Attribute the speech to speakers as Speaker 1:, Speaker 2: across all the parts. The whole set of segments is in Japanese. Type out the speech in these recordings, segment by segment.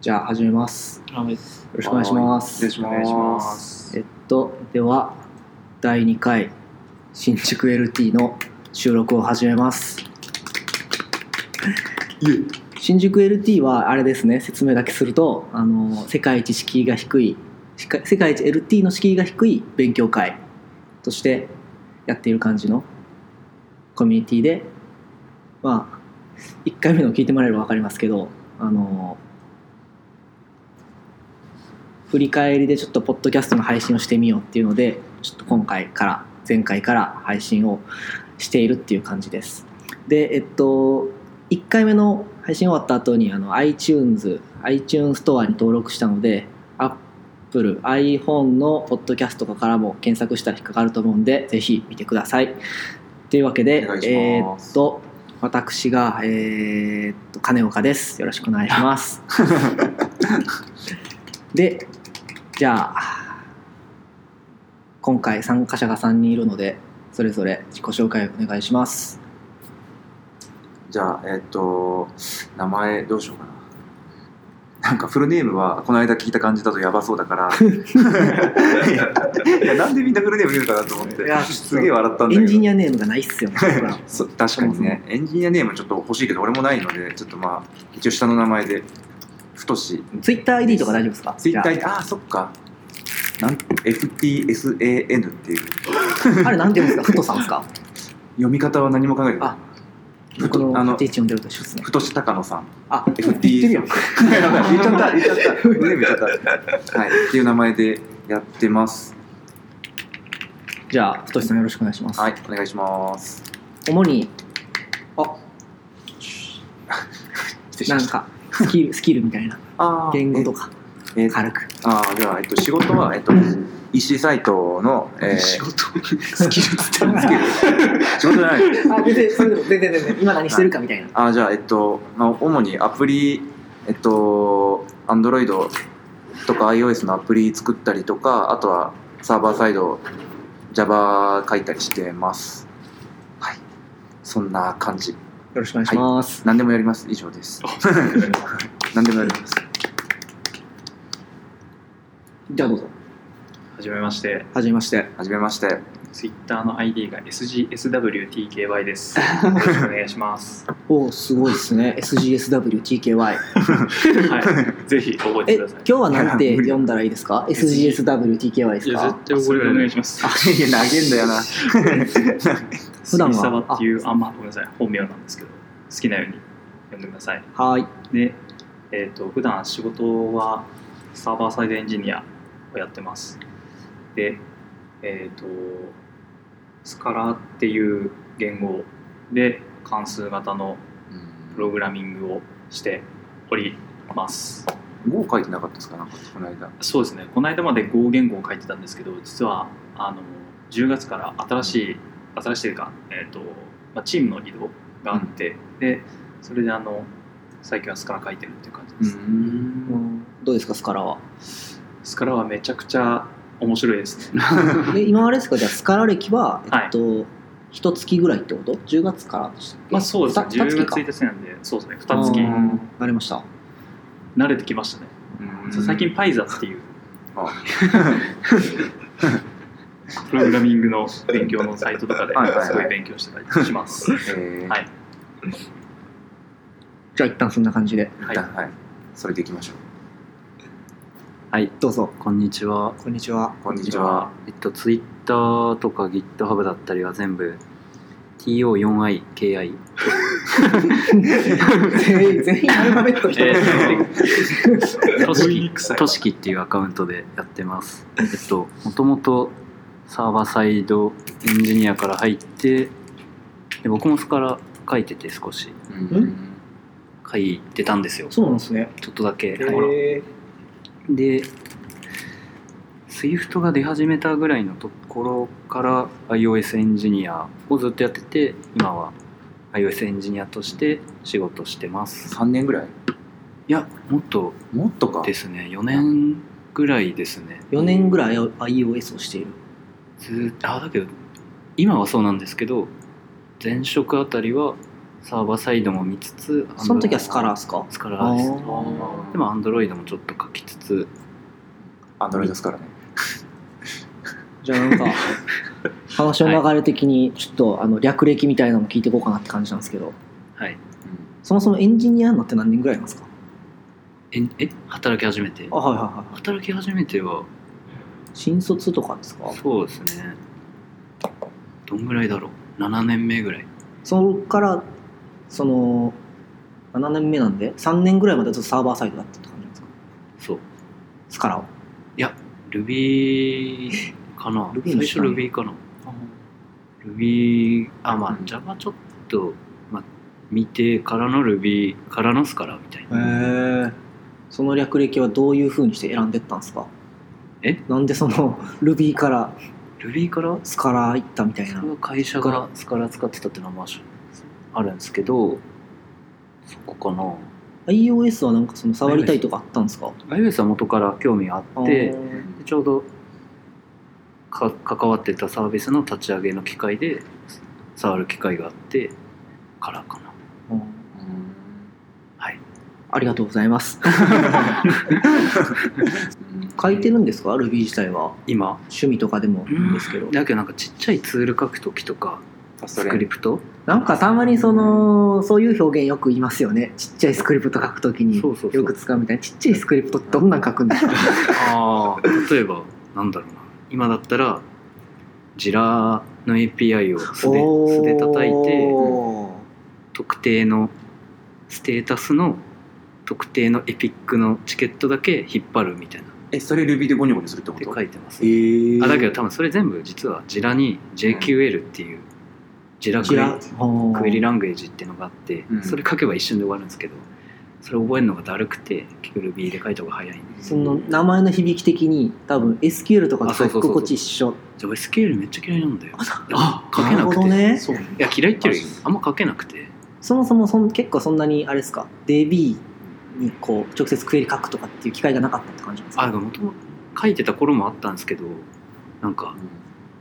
Speaker 1: じゃあ始めます。よ
Speaker 2: はい、
Speaker 1: ろしくお願いしま
Speaker 3: 失礼
Speaker 1: す。
Speaker 3: します
Speaker 1: えっと、では、第2回、新宿 LT の収録を始めます。新宿 LT は、あれですね、説明だけすると、あの、世界一敷居が低い、しか世界一 LT の敷居が低い勉強会としてやっている感じのコミュニティで、まあ、1回目の聞いてもらえれば分かりますけど、あの、振り返りでちょっとポッドキャストの配信をしてみようっていうのでちょっと今回から前回から配信をしているっていう感じですでえっと1回目の配信終わった後にあの iTunes iTunes ストアに登録したので Apple iPhone のポッドキャストとかからも検索したら引っかかると思うんでぜひ見てくださいというわけで
Speaker 3: お願いし
Speaker 1: え
Speaker 3: ま
Speaker 1: ーっ
Speaker 3: す
Speaker 1: と私が、えーっと、金岡です。よろしくお願いします。 でじゃあ今回参加者が3人いるのでそれぞれ自己紹介お願いします
Speaker 3: じゃあえっ、と名前どうしようかななんかフルネームはこの間聞いた感じだとやばそう だからいやいやなんでみんなフルネーム言うのかなと思って
Speaker 1: いや
Speaker 3: すげえ笑ったんだけ
Speaker 1: エ
Speaker 3: ど
Speaker 1: ンジニアネームがないっ すよね僕ら
Speaker 3: そう確かにねエンジニアネームちょっと欲しいけど俺もないのでちょっとまあ一応下の名前でふとし
Speaker 1: ツイッター ID とか大丈夫ですか
Speaker 3: ツイッタ
Speaker 1: じ
Speaker 3: ーああーそっかなん FTSAN っていう
Speaker 1: ゃああれなんて言うんですかふとさんです か
Speaker 3: 読み方は何も考えてな
Speaker 1: あ
Speaker 3: いふ
Speaker 1: こと
Speaker 3: あ
Speaker 1: の
Speaker 3: の
Speaker 1: 立ち位置呼んでると一緒ですね
Speaker 3: ふとし高野さん
Speaker 1: あ
Speaker 3: FT
Speaker 1: 言ってるやん
Speaker 3: やばい言っちゃった言っちゃった胸言っちゃったはいっていう名前でやってます
Speaker 1: じゃあふとしさんよろしくお願いします、
Speaker 3: はいお願いします
Speaker 1: 主にあ
Speaker 3: 失礼 し
Speaker 1: な
Speaker 3: ま
Speaker 1: ん
Speaker 3: した
Speaker 1: かスキ ルスキルみたいな
Speaker 3: あー
Speaker 1: 言語とか
Speaker 3: ええ
Speaker 1: 軽く
Speaker 3: あーじゃあえっと仕事はえっと EC サイトの、えー、仕事スキルって言ったんですけど仕事じゃない
Speaker 1: あ全然それでも全然全然今何してるかみたいな
Speaker 3: あーじゃあえっと、まあ、主にアプリえっと Android とか iOS のアプリ作ったりとかあとはサーバーサイド Java 書いたりしてますはいそんな感じ
Speaker 1: よろしくお願いします、
Speaker 3: 何でもやります以上です何でもやります
Speaker 1: じゃあどうぞ
Speaker 2: はじめまして、
Speaker 1: はじめまして
Speaker 3: はじめましてよ
Speaker 2: Twitter の ID が SGSWTKY です。よろしくお願いします。は
Speaker 1: おーすごいですね SGSWTKY
Speaker 2: い、ぜひ覚え
Speaker 1: え
Speaker 2: てく
Speaker 1: 今
Speaker 2: ださい。
Speaker 1: 日はなん
Speaker 3: い
Speaker 1: て
Speaker 3: や無理
Speaker 1: 読んだらいいですか SGSWTKY ですか
Speaker 2: 対覚えてお願いします。
Speaker 3: いや投げんだよな
Speaker 1: 普段は
Speaker 2: 杉沢っていう、あ、まあ、ごめんなさい、本名なんですけど、好きなように呼んでください。
Speaker 1: はーい
Speaker 2: で、えっ、と、普段仕事はサーバーサイドエンジニアをやってます。で、えっ、と、スカラっていう言語で関数型のプログラミングをしております。
Speaker 3: もう書いてなかったですかなんかこの間
Speaker 2: そうですね、この間まで Go 言語を書いてたんですけど、実はあの10月から新しい、新しいというか、えーとまあ、チームの移動があって、でそれであの最近はスカラ書いてるっていう感じです。
Speaker 3: ん
Speaker 1: どうですかスカ ラは
Speaker 2: スカラはめちゃくちゃ面白いですね。
Speaker 1: で今あれですかじゃあスカラ歴は
Speaker 2: はい
Speaker 1: えっと一月ぐらいってこと10月からでしたっけ
Speaker 2: まあそうですね、
Speaker 1: ふた
Speaker 2: 10
Speaker 1: ふた
Speaker 2: 月1日なんで、そうですね、2
Speaker 1: う
Speaker 2: 月
Speaker 1: ん
Speaker 3: うん
Speaker 1: かなりました
Speaker 2: 慣れてきましたね。そう最近、パイザっていう
Speaker 3: あ
Speaker 2: プログラミングの勉強のサイトとかで
Speaker 3: はいはいはい
Speaker 2: すごい勉強してたりし ます。
Speaker 3: えー
Speaker 2: はい
Speaker 1: じゃあ一旦そんな感じで
Speaker 3: 一旦はいそれでいきましょう
Speaker 4: はい、
Speaker 1: どうぞ
Speaker 4: こんにちは。
Speaker 1: こんにちは
Speaker 3: こんにちは。
Speaker 4: えっと、Twitter とか GitHub だったりは全部 TO4IKI。
Speaker 1: 全員全員アルファベット一
Speaker 2: え
Speaker 1: つ
Speaker 2: ー
Speaker 4: ト
Speaker 2: ト
Speaker 4: シ
Speaker 2: シ
Speaker 4: キ
Speaker 2: キ臭い
Speaker 4: トシキっていうアカウントでやってます。えっと、もともとサーバーサイドエンジニアから入って、で僕もスカラ書いてて少し
Speaker 3: うん
Speaker 4: 書いてたんですよ。
Speaker 1: そうなんですね
Speaker 4: ちょっとだけ。
Speaker 1: へ
Speaker 4: で、Swift が出始めたぐらいのところから iOS エンジニアをずっとやってて、今は iOS エンジニアとして仕事してます。
Speaker 3: 3年ぐらい
Speaker 4: いや、もっと
Speaker 3: もっとか
Speaker 4: ですね、4年ぐらいですね。
Speaker 1: 4年ぐらい iOS をしている
Speaker 4: ずーっとあ、だけど、今はそうなんですけど、前職あたりはサーバーサイドも見つつ、
Speaker 1: その時は
Speaker 4: Android
Speaker 1: スカラーですか
Speaker 4: スカラーです。
Speaker 1: あー
Speaker 4: でも、アンドロイドもちょっと書きつつ、
Speaker 3: アンドロイドですからね。
Speaker 1: じゃあなん か話の流れ的にちょっとあの略歴みたいなのも聞いていこうかなって感じなんですけど
Speaker 4: はい。
Speaker 1: そもそもエンジニアになって何年ぐらいなんですか
Speaker 4: え、え働き始めて
Speaker 1: あはいはいはい
Speaker 4: 働き始めては、
Speaker 1: 新卒とかですか
Speaker 4: そうですね。どんぐらいだろう ?7 年目ぐらい。
Speaker 1: そこからその7年目なんで3年ぐらいまでずっとサーバーサイドだったって感じなんですか
Speaker 4: そう。
Speaker 1: スカラを
Speaker 4: Ruby かな
Speaker 1: Ruby
Speaker 4: 最
Speaker 1: の
Speaker 4: 初
Speaker 1: 下に
Speaker 4: Ruby かな Ruby あまあ、Java ちょっと、まあ、見てからの Ruby からのスカラみたい
Speaker 1: へ
Speaker 4: な
Speaker 1: えその略歴はどういうふうにして選んでったんですか
Speaker 4: え
Speaker 1: なんでその Ruby から
Speaker 4: Ruby から
Speaker 1: スカラ行ったみたい
Speaker 4: そ
Speaker 1: な
Speaker 4: れは会社がスカラ使ってたっていうのはまああるんですけどそこかな
Speaker 1: iOS はなんかその触りたいとかあったんですか
Speaker 4: iOS は元から興味があって
Speaker 1: あー
Speaker 4: でちょうどか関わってたサービスの立ち上げの機会で触る機会があってからかな
Speaker 1: うん
Speaker 4: はい
Speaker 1: ありがとうございます。書いてるんですか ?Ruby 自体は。
Speaker 4: 今
Speaker 1: 趣味とかでもいいんですけど。
Speaker 4: だけどなんかちっちゃいツール書く時とかスクリプト
Speaker 1: なんかたまにその、そういう表現よく言いますよね。ちっちゃいスクリプト書くときに
Speaker 4: そうそうそう
Speaker 1: よく使うみたいな。ちっちゃいスクリプトってどんなん書くんですか
Speaker 4: ああ例えばなんだろうな今だったらジラの API を素で素で叩いて
Speaker 1: おー
Speaker 4: 特定のステータスの特定のエピックのチケットだけ引っ張るみたいなっ
Speaker 3: え、それ Ruby でゴニョゴニョするってこ
Speaker 4: て
Speaker 3: と
Speaker 4: 書いてます、
Speaker 3: ー
Speaker 4: あだけど多分それ全部実はジラに JQL っていうジラ
Speaker 1: ち
Speaker 4: ク
Speaker 1: ら
Speaker 4: エ
Speaker 1: おー
Speaker 4: クエリランゲージっていうのがあって
Speaker 3: うん
Speaker 4: それ書けば一瞬で終わるんですけどそれ覚えるのがだるくて結局 Ruby で書いた方が早いんで
Speaker 1: その名前の響き的に多分 SQL とかと書き心地一緒。
Speaker 4: じゃあ SQL めっちゃ嫌いなんだよ
Speaker 1: あ
Speaker 4: 書けなくて
Speaker 1: るほどね。
Speaker 2: そう
Speaker 4: いや嫌いっていうよりあんま書けなくて
Speaker 1: そもそもそん結構そんなにあれですか DB にこう直接クエリ書くとかっていう機会がなかったって感じなんです
Speaker 4: あ
Speaker 1: か
Speaker 4: でもとも書いてた頃もあったんですけどなんか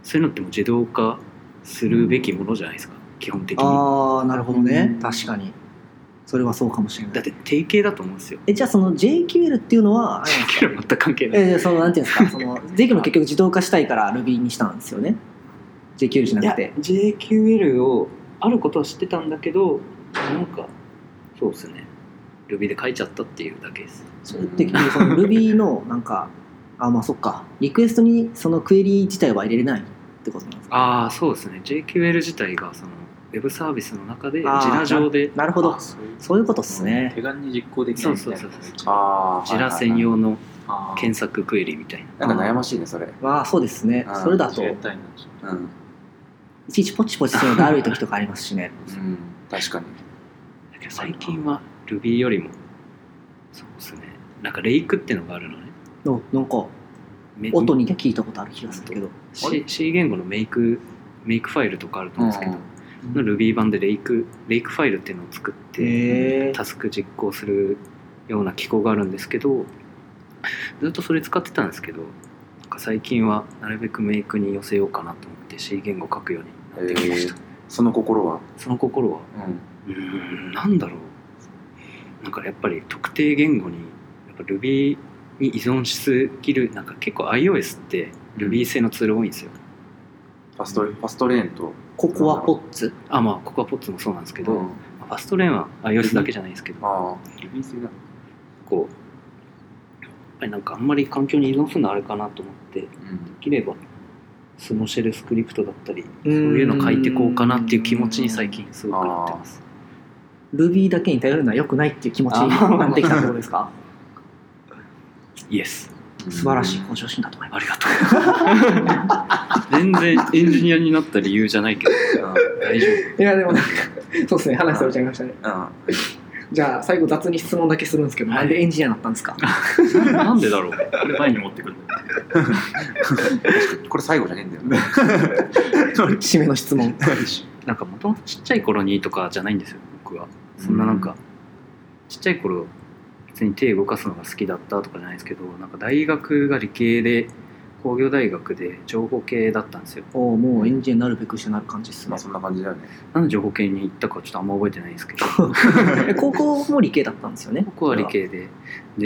Speaker 4: そういうのってもう自動化するべきものじゃないですか基本的にだ
Speaker 1: ああなるほどね
Speaker 3: うん
Speaker 1: 確かにそれはそうかもしれない
Speaker 4: って定型だと思うんですよ
Speaker 1: えじゃあその JQL っていうのはあれなんですか
Speaker 4: JQL 全く関係ない
Speaker 1: えーそのなんていうんですかその JQL も結局自動化したいから Ruby にしたんですよね JQL じゃ
Speaker 4: い
Speaker 1: な
Speaker 4: や
Speaker 1: くて
Speaker 4: JQL をあることは知ってたんだけどなんかそうですね Ruby で書いちゃったっていうだけです
Speaker 1: それって結局その Ruby のなんかあまあそっかリクエストにそのクエリ自体は入れれないってことなんですか
Speaker 4: ああそうですね JQL 自体がそのウェブサービスの中でジ
Speaker 1: あー
Speaker 4: ラ上で
Speaker 1: なるほどそういうことっすね
Speaker 2: 手軽に実行できないみたいな
Speaker 4: そうそうそう
Speaker 3: あー
Speaker 4: ジラ専。用の
Speaker 2: あー
Speaker 4: 検索クエリみたいな
Speaker 3: はいはいはいなんか悩ましいね、それ。
Speaker 1: まあそうですね
Speaker 3: あー
Speaker 1: それだと
Speaker 2: 絶対なんでしょ
Speaker 3: うん。
Speaker 1: いちいちポチポチするのだるい時とかありますしね
Speaker 3: うん、確かに。
Speaker 4: だけど最近は Ruby よりもそうですねなんかレイクってのがあるのね
Speaker 1: のなんか
Speaker 4: め
Speaker 1: 音に聞いたことある気がするけど
Speaker 4: あれ C, C 言語のメイクメイクファイルとかあると思うんですけど、の Ruby 版でレイクレイクファイルっていうのを作って
Speaker 1: へえ
Speaker 4: タスク実行するような機構があるんですけどずっとそれ使ってたんですけどなんか最近はなるべくメイクに寄せようかなと思って C 言語書くようになってきました、
Speaker 3: その心は。
Speaker 4: その心はうーんなんだろうなんかやっぱり特定言語にやっぱ Ruby に依存しすぎるなんか結構 iOS って Ruby 製のツール多いんですよ、
Speaker 3: ファスト、ファストレーンと。
Speaker 1: ここはポッツ
Speaker 4: あまあここは POTS もそうなんですけど、
Speaker 3: うん
Speaker 4: まあファストレーンは iOS だけじゃないんですけど、
Speaker 3: あ
Speaker 4: こうやっぱりなんかあんまり環境に依存するのはあれかなと思ってで
Speaker 3: あ。うん。
Speaker 4: きればスノシェルスクリプトだったり
Speaker 1: そう
Speaker 4: そういうの書いてこうかなっていう気持ちに最近すごくなってます。
Speaker 1: Ruby だけに頼るのは良くないっていう気持ちになってきたってことですか
Speaker 4: イエス
Speaker 1: 素晴らしい向上心だと思いま
Speaker 4: ありがとう 全然エンジニアになった理由じゃないけど大丈夫
Speaker 1: すいやでもなんかそうですね話それちゃいましたね
Speaker 3: うん。
Speaker 1: じゃあ最後雑に質問だけするんですけど、
Speaker 4: はい
Speaker 1: なんでエンジニアになったんです か
Speaker 4: なんでだろう
Speaker 2: これ前に持ってくるんだよ
Speaker 3: これ最後じゃねえんだよね。
Speaker 1: 締めの質問
Speaker 4: なんかもともとちっちゃい頃にとかじゃないんですよ僕はそんななんかちっちゃい頃別に手動かすのが好きだったとかじゃないですけどなんか大学が理系で工業大学で情報系だったんですよ
Speaker 1: おーもうエンジニアになるべくしてなる感じですね
Speaker 3: まあ、そんな感じだよね。
Speaker 4: なんで情報系に行ったかちょっとあんま覚えてないんですけど
Speaker 1: え高校も理系だったんですよね
Speaker 4: 僕は理系で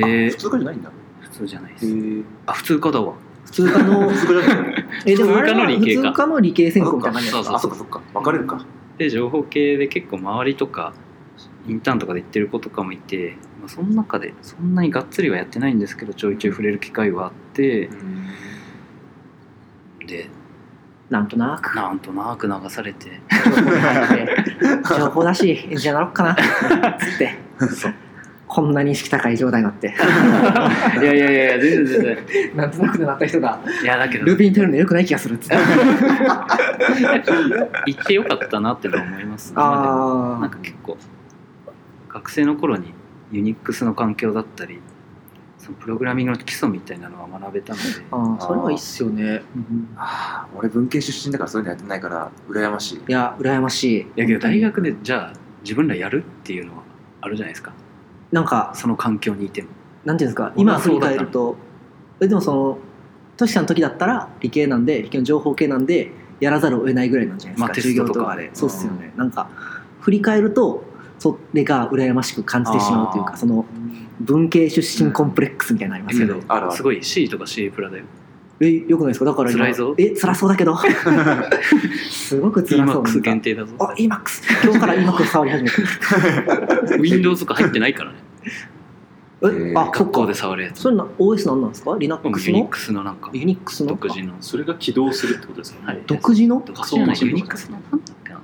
Speaker 3: あ
Speaker 4: で
Speaker 3: 普通科じゃないんだ。
Speaker 4: 普通じゃないで
Speaker 3: へ
Speaker 4: す
Speaker 3: え。
Speaker 4: あ普通科だわ
Speaker 1: 普通科の
Speaker 3: 普通科じゃない。
Speaker 1: えでもあれは
Speaker 4: 普通科の理
Speaker 1: 普
Speaker 4: 系か
Speaker 1: 通科の理系専攻みたいな感じなんです
Speaker 4: そう
Speaker 1: か
Speaker 3: あ、そっかそっか。分かれるか。
Speaker 4: で情報系で結構周りとかインターンとかで行ってる子とかもいて、まあ、その中でそんなにがっつりはやってないんですけどちょいちょい触れる機会はあってで
Speaker 1: なんとなく
Speaker 4: なんとなく流され て
Speaker 1: 情報だしエンジニアなろっかなつってこんなに意識高い状態になって
Speaker 4: いやいやいや全然全然
Speaker 1: なんとなくでなった人が
Speaker 4: いやだけど
Speaker 1: ルービーに頼るのよくない気がするっつ って
Speaker 4: 行ってよかったなってのは思いますね
Speaker 1: あ
Speaker 4: なん
Speaker 1: あ
Speaker 4: か結構学生の頃にユニックスの環境だったりそのプログラミングの基礎みたいなのは学べたので
Speaker 1: あーそれはいいっすよねうん
Speaker 3: あー俺文系出身だからそういうのやってないから羨ましい
Speaker 1: いや羨ましい
Speaker 4: いやけど大学でじゃあ自分らやるっていうのはあるじゃないですか
Speaker 1: なんか
Speaker 4: その環境にいても
Speaker 1: なんていうんですか
Speaker 4: 俺
Speaker 1: 今
Speaker 4: は
Speaker 1: 振
Speaker 4: そ
Speaker 1: り
Speaker 4: うだった
Speaker 1: 返るとえでもそのトシさんの時だったら理系なんで理系の情報系なんでやらざるを得ないぐらいなんじゃないですか、
Speaker 4: まあ
Speaker 1: 授業とかで
Speaker 4: テス
Speaker 1: そ
Speaker 4: ト
Speaker 1: うっ
Speaker 4: とか
Speaker 1: すよね、なんか振り返るとそれが羨ましく感じてしまうという
Speaker 4: あ
Speaker 1: か
Speaker 4: ー
Speaker 1: その文系出身コンプレックスみたいなのありますけど、
Speaker 4: う
Speaker 3: あるあ
Speaker 4: す
Speaker 3: る
Speaker 4: ごい C とか C プラだよ
Speaker 1: えよくないですかだから今
Speaker 4: 辛いぞ
Speaker 1: え辛そうだ けどすごく辛そう
Speaker 4: EMAX 限定だぞ
Speaker 1: あ EMAX 今日から EMAX 触り始めて
Speaker 4: Windows とか入ってないからね
Speaker 1: え、
Speaker 3: ー
Speaker 1: あそっ
Speaker 4: 学校
Speaker 1: か
Speaker 4: で触るやつ
Speaker 1: それな OS なんなんですか Linux
Speaker 4: ユニッ
Speaker 1: の
Speaker 4: クスのなんか
Speaker 1: ユニックスの
Speaker 4: 独自の
Speaker 2: それが起動するってことですよね、
Speaker 4: はい
Speaker 1: 独自の
Speaker 4: 独自じゃない
Speaker 2: そう
Speaker 4: ユニックスのなんだっけな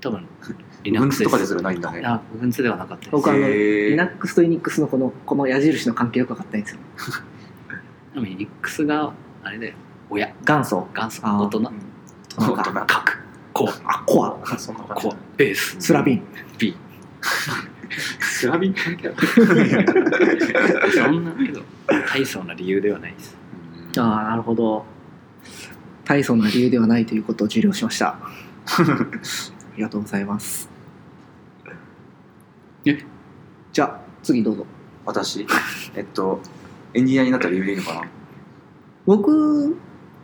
Speaker 4: 多分
Speaker 3: 文
Speaker 4: Linux
Speaker 3: 通
Speaker 4: で
Speaker 3: と
Speaker 4: す
Speaker 3: かですらないんだね
Speaker 4: あ Ubuntu ではなかったです
Speaker 1: 僕あの
Speaker 3: へー
Speaker 1: Linux と Unix のこのこの矢印の関係よく分かったんですよ
Speaker 4: でも Unix があれだよ親
Speaker 1: 元祖
Speaker 4: 元祖
Speaker 1: あー
Speaker 4: 大人
Speaker 1: なん
Speaker 3: そう
Speaker 1: か
Speaker 3: か
Speaker 4: 核コ
Speaker 1: あコア
Speaker 2: あ そんな
Speaker 4: ア
Speaker 2: 感じ
Speaker 4: コアベース
Speaker 1: スラビン
Speaker 4: B
Speaker 2: スラビン関係ある
Speaker 4: そんなけど大層な理由ではないです
Speaker 1: ああなるほど大層な理由ではないということを受領しました ありがとうございます
Speaker 4: え
Speaker 1: じゃあ次どうぞ
Speaker 3: 私えっとエンジニアになった理由でいいのかな
Speaker 1: 僕っ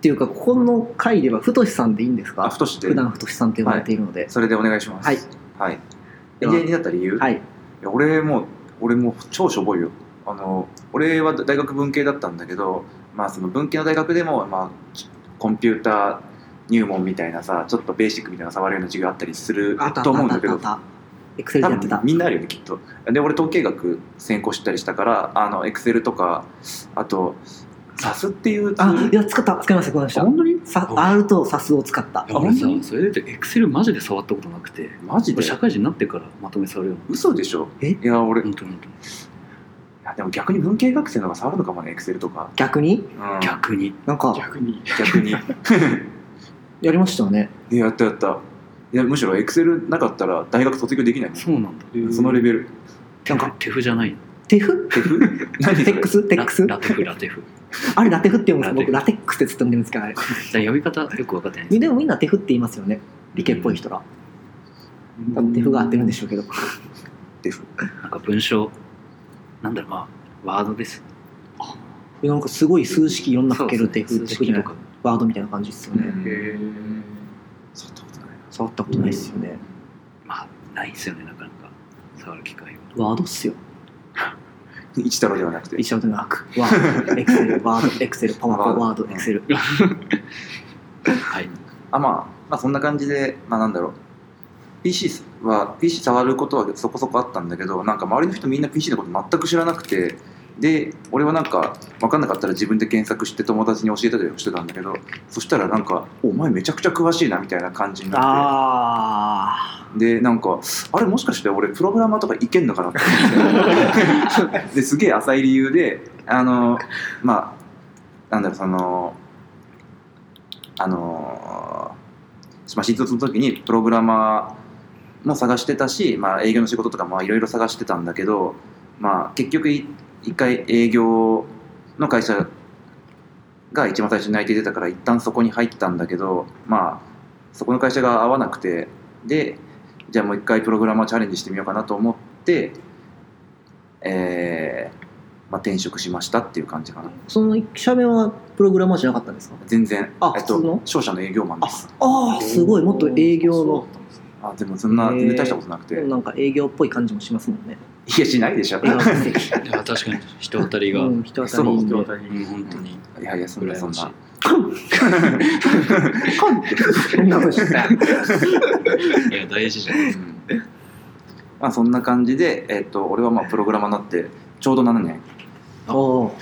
Speaker 1: ていうかここの回では太さんでいいんです
Speaker 3: あ
Speaker 1: か
Speaker 3: 太しで
Speaker 1: 普段太さんって呼ばれているので
Speaker 3: それでお願いします
Speaker 1: はい、
Speaker 3: はい、エ
Speaker 1: で
Speaker 3: ン
Speaker 1: は
Speaker 3: ジニアになった理由、、
Speaker 1: はいい
Speaker 3: や俺もう俺もう超しょぼいよあの俺は大学文系だったんだけどまあその文系の大学でも、まあ、コンピューター入門みたいなさちょっとベーシックみたいなの触れるような授業あったりする
Speaker 1: あったあった
Speaker 3: と思
Speaker 1: あ
Speaker 3: うん
Speaker 1: ったあった
Speaker 3: だけど
Speaker 1: あったエクセル
Speaker 3: 多
Speaker 1: でやってた
Speaker 3: 分みんなあるよねきっとで俺統計学専攻したりしたからあのエクセルとかあと SAS っていうツ
Speaker 1: あ
Speaker 3: ー
Speaker 1: い
Speaker 3: ル
Speaker 1: や使った使いました使いまし
Speaker 3: あ
Speaker 1: た
Speaker 3: 本当に
Speaker 1: さ R と SAS を使った
Speaker 4: いや俺さ
Speaker 3: 本当に
Speaker 4: それでエクセルマジで触ったことなくて
Speaker 3: マジで
Speaker 4: 俺社会人になってからまとめ触るように
Speaker 3: 嘘でしょ
Speaker 1: え
Speaker 3: いや俺い
Speaker 4: 本当に本当に
Speaker 3: やでも逆に文系学生の方が触るのかもねエクセルとか、
Speaker 1: 逆に
Speaker 3: うん
Speaker 4: 逆に
Speaker 1: なんか
Speaker 2: 逆に
Speaker 3: 逆に
Speaker 1: やりましたよね
Speaker 3: いややったやったいやむしろエクセルなかったら大学卒業できないもん
Speaker 4: そうなんだ
Speaker 3: そのレベル
Speaker 1: な
Speaker 4: なんん
Speaker 1: か
Speaker 4: か手フじゃないの
Speaker 1: テフ
Speaker 3: テフ何そ
Speaker 1: テ
Speaker 3: れ
Speaker 1: ックステックス
Speaker 4: ララテフラテフ
Speaker 1: あれラテフって読むんです僕ラ
Speaker 4: ラ
Speaker 1: テックスってずっと呼んでるんですけどあれ
Speaker 4: だから呼び方よく分かってないです
Speaker 1: でもみんなテフって言いますよね理系っぽい人ら多分テフが合ってるんでしょうけど
Speaker 3: テフ
Speaker 4: なんか文章なんだろうまあワードです
Speaker 1: なんかすごい数式いろんなかけるテ
Speaker 4: そう
Speaker 1: フ
Speaker 4: です
Speaker 1: テフじ
Speaker 4: ね
Speaker 1: ゃな
Speaker 4: 数式と
Speaker 1: い
Speaker 4: か
Speaker 1: ワードみたいな感じですよね
Speaker 2: へ
Speaker 3: 触ったことないな
Speaker 1: 触ったことないですよね
Speaker 4: まあないですよねなかなか触る機会は
Speaker 1: ワードっすよ
Speaker 3: 一太郎ではなくて
Speaker 1: 一緒でなくワードエクセルワードエクセルパワーポワードエクセル
Speaker 4: はい
Speaker 3: あまあ、まあそんな感じで、まあ、なんだろう PC は PC 触ることはそこそこあったんだけどなんか周りの人みんな PC のこと全く知らなくてで俺はなんか分かんなかったら自分で検索して友達に教えたりはしてたんだけどそしたらなんか「お前めちゃくちゃ詳しいな」みたいな感じになっ
Speaker 1: ああ
Speaker 3: てでなんかあれもしかして俺プログラマーとかいけんのかなって思ってですげえ浅い理由であのまあなんだろうそのあのまあ、新卒の時にプログラマーも探してたし、まあ、営業の仕事とかもいろいろ探してたんだけど、まあ、結局い一回営業の会社が一番最初に内定出たから一旦そこに入ったんだけど、まあ、そこの会社が合わなくてでじゃあもう一回プログラマーチャレンジしてみようかなと思って、えーまあ、転職しましたっていう感じかな
Speaker 1: その1社目はプログラマーじゃなかったんですか
Speaker 3: 全然
Speaker 1: あ
Speaker 3: えっ
Speaker 1: 普通
Speaker 3: と
Speaker 1: の
Speaker 3: 商社の営業マンです
Speaker 1: ああすごいもっと営業の
Speaker 3: あでもそんな
Speaker 1: へー
Speaker 3: 全然大したことなくて、
Speaker 1: なんか営業っぽい感じもしますもんね
Speaker 3: いやしないでしょ
Speaker 1: 営業分析
Speaker 4: いや確かに人当たりが、
Speaker 1: う
Speaker 4: うんん、
Speaker 1: 人当
Speaker 3: そ
Speaker 1: た
Speaker 3: う
Speaker 1: りいいんで
Speaker 2: 今日あたりに
Speaker 4: 本当に
Speaker 3: いやいやそんな
Speaker 4: 羨
Speaker 3: そん
Speaker 4: ましい
Speaker 3: な
Speaker 1: そんなことした
Speaker 4: いや大事じゃん
Speaker 3: まあ、そんな感じで、えっと俺はまあプログラマーになってちょうど7年
Speaker 1: おー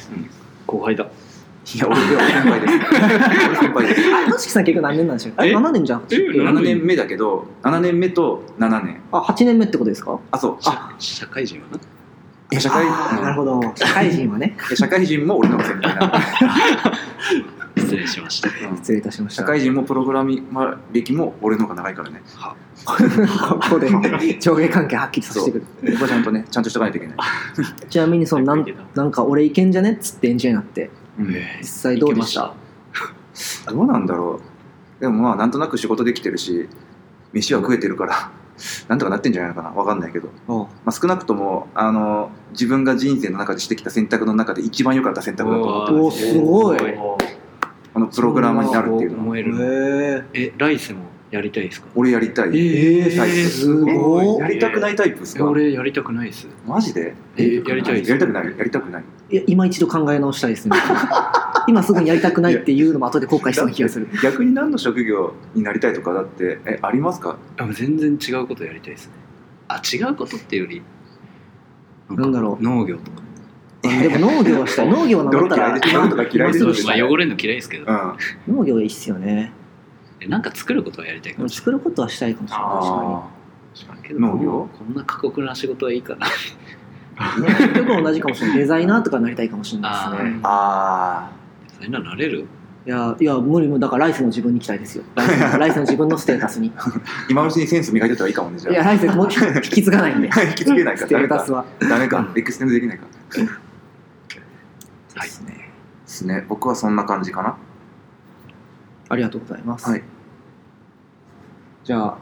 Speaker 4: 後輩だ
Speaker 3: いや俺では先輩です俺先輩です
Speaker 1: あ、しきさん結局何年なんでしょうあれ
Speaker 4: え
Speaker 1: 7年じゃん。
Speaker 3: 7年目だけど7年目と7年
Speaker 1: あ、8年目ってことですか
Speaker 3: あそうあ
Speaker 4: 社社会人はな
Speaker 3: 社会
Speaker 1: あーなるほど。社会人はね。
Speaker 3: 社会人も俺の方が先輩なの
Speaker 4: 失礼しました
Speaker 3: で、うん
Speaker 1: 失礼いたしました。
Speaker 3: 社会人もプログラミング歴も俺の方が長いからね
Speaker 1: ここで上下関係はっきりさせてくる。
Speaker 3: ここはちゃんとねちゃんとしとかないといけない、
Speaker 1: ちなみにそのな
Speaker 2: はい
Speaker 1: ん、なんか俺いけんじゃねっつってエンジニアになって、
Speaker 3: うん
Speaker 1: 実際どうでした
Speaker 3: どうなんだろうでもまあなんとなく仕事できてるし飯は食えてるからなんとかなってんじゃないのかなわかんないけど、
Speaker 1: おう
Speaker 3: まあ、少なくともあの自分が人生の中でしてきた選択の中で一番良かった選択だと思う
Speaker 4: お
Speaker 1: おーすごい。へ
Speaker 3: あのプログラマーになるっていうのは
Speaker 4: 思えるの
Speaker 1: え。
Speaker 4: え来世もやりたいですか
Speaker 3: 俺やりたい、
Speaker 1: え
Speaker 3: タイプ
Speaker 1: ー、すご
Speaker 3: や
Speaker 1: い。
Speaker 3: りたくないタイプです
Speaker 4: え
Speaker 3: か
Speaker 4: 俺やりたくないです
Speaker 3: マジで
Speaker 4: えやりたいです
Speaker 3: やりたくないやりたくない
Speaker 1: いや、今一度考え直したいで すね。今すぐにやりたくないっていうのも後で後悔しそうな気がする。
Speaker 3: 逆に何の職業になりたいとかだってえありますか
Speaker 4: あ全然違うことやりたいですねあ違うことっていうよりな
Speaker 1: なんだろう
Speaker 4: 農業とか
Speaker 1: でも農業はしたい。農業なんだ
Speaker 3: 泥
Speaker 1: った
Speaker 3: 嫌
Speaker 1: ら
Speaker 3: いで、泥とか嫌いで
Speaker 1: そ
Speaker 3: し
Speaker 1: う
Speaker 3: ょ
Speaker 1: す
Speaker 4: まあ、汚れるの嫌いですけど、
Speaker 3: うん
Speaker 1: 農業がいいっすよね。
Speaker 4: えなんか作ることはやりたいかもし
Speaker 1: 作ることはしたいかもしれない確か
Speaker 3: あ
Speaker 4: れないけど
Speaker 3: 農業
Speaker 4: こんな過酷な仕事はいいかな
Speaker 1: にね結局同じかもしれないデザイナーとかなりたいかもしれないですね
Speaker 3: ーあ
Speaker 4: そんななれる
Speaker 1: いやいや無理無理だから来世の自分に行きたいですよ来世の来世の自分のステータス にい
Speaker 3: ー今のうちにセンス磨いてたらいいかもねじゃあ
Speaker 1: や来世もう引き継がないんで
Speaker 3: 引きつけないか
Speaker 1: ス
Speaker 3: ダ
Speaker 1: テ
Speaker 3: メ
Speaker 1: ータ
Speaker 3: か
Speaker 1: スは
Speaker 3: ダメかエクステンドできないか
Speaker 1: そうですね
Speaker 3: ですね僕はそんな感じかな
Speaker 1: ありがとうございます、
Speaker 3: はい
Speaker 1: じゃあ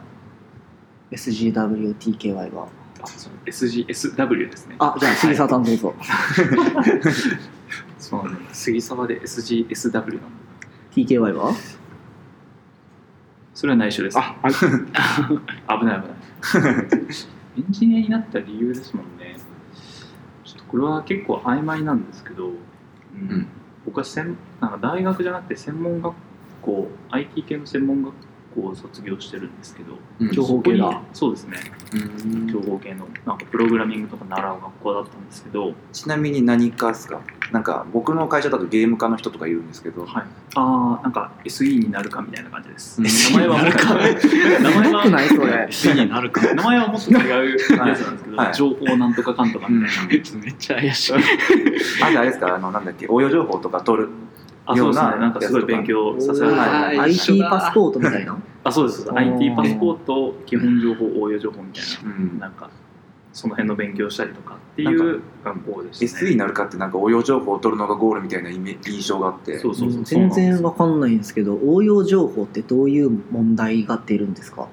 Speaker 1: SGWTKY は
Speaker 2: SGSW ですね
Speaker 1: あじゃあ杉沢さんどうぞ、
Speaker 2: そうね杉沢で SGSW なの
Speaker 1: TKY は
Speaker 2: それは内緒です
Speaker 3: あ
Speaker 2: 危ない危ない エンジニアになった理由ですもんねちょっとこれは結構曖昧なんですけど、
Speaker 3: ん
Speaker 2: 僕は専なんか大学じゃなくて専門学校 IT 系の専門学校を卒業してるんですけど
Speaker 3: うん
Speaker 1: 情報系だ
Speaker 2: そこにそうですね
Speaker 3: うん
Speaker 2: 情報系のなんかプログラミングとか習う学校だったんですけど、
Speaker 3: ちなみに何かですかなんか僕の会社だとゲーム科の人とかいるんですけど
Speaker 2: はい、ああなんか SE になるかみたいな感じです、
Speaker 3: うん
Speaker 2: 名前はもっと名
Speaker 1: すご
Speaker 2: 前
Speaker 1: く
Speaker 2: は
Speaker 1: ないそれ
Speaker 4: 理になるか
Speaker 2: 名前はもっと違うやつなんですけど、
Speaker 3: はい
Speaker 2: 情報なんとかかんとか
Speaker 3: う
Speaker 2: み
Speaker 3: ん
Speaker 2: たいな、
Speaker 4: めっちゃ怪しい
Speaker 3: あとあれですかあのなんだっけ応用情報とか取る
Speaker 2: あそうですね
Speaker 3: ような
Speaker 2: なんかすごい勉強させられた
Speaker 3: はい
Speaker 1: おー IT パスポートみたいな
Speaker 2: あそうです
Speaker 1: おー
Speaker 2: IT パスポート基本情報応用情報みたい
Speaker 3: うん
Speaker 2: ななんかその辺の勉強したりとかってい
Speaker 3: な
Speaker 2: う学校でした
Speaker 3: SE
Speaker 2: ね
Speaker 3: になるかってなんか応用情報を取るのがゴールみたいなイメ印象があって
Speaker 2: そうそうそう
Speaker 1: 全然わかんないんですけど応用情報ってどういう問題が出るんですか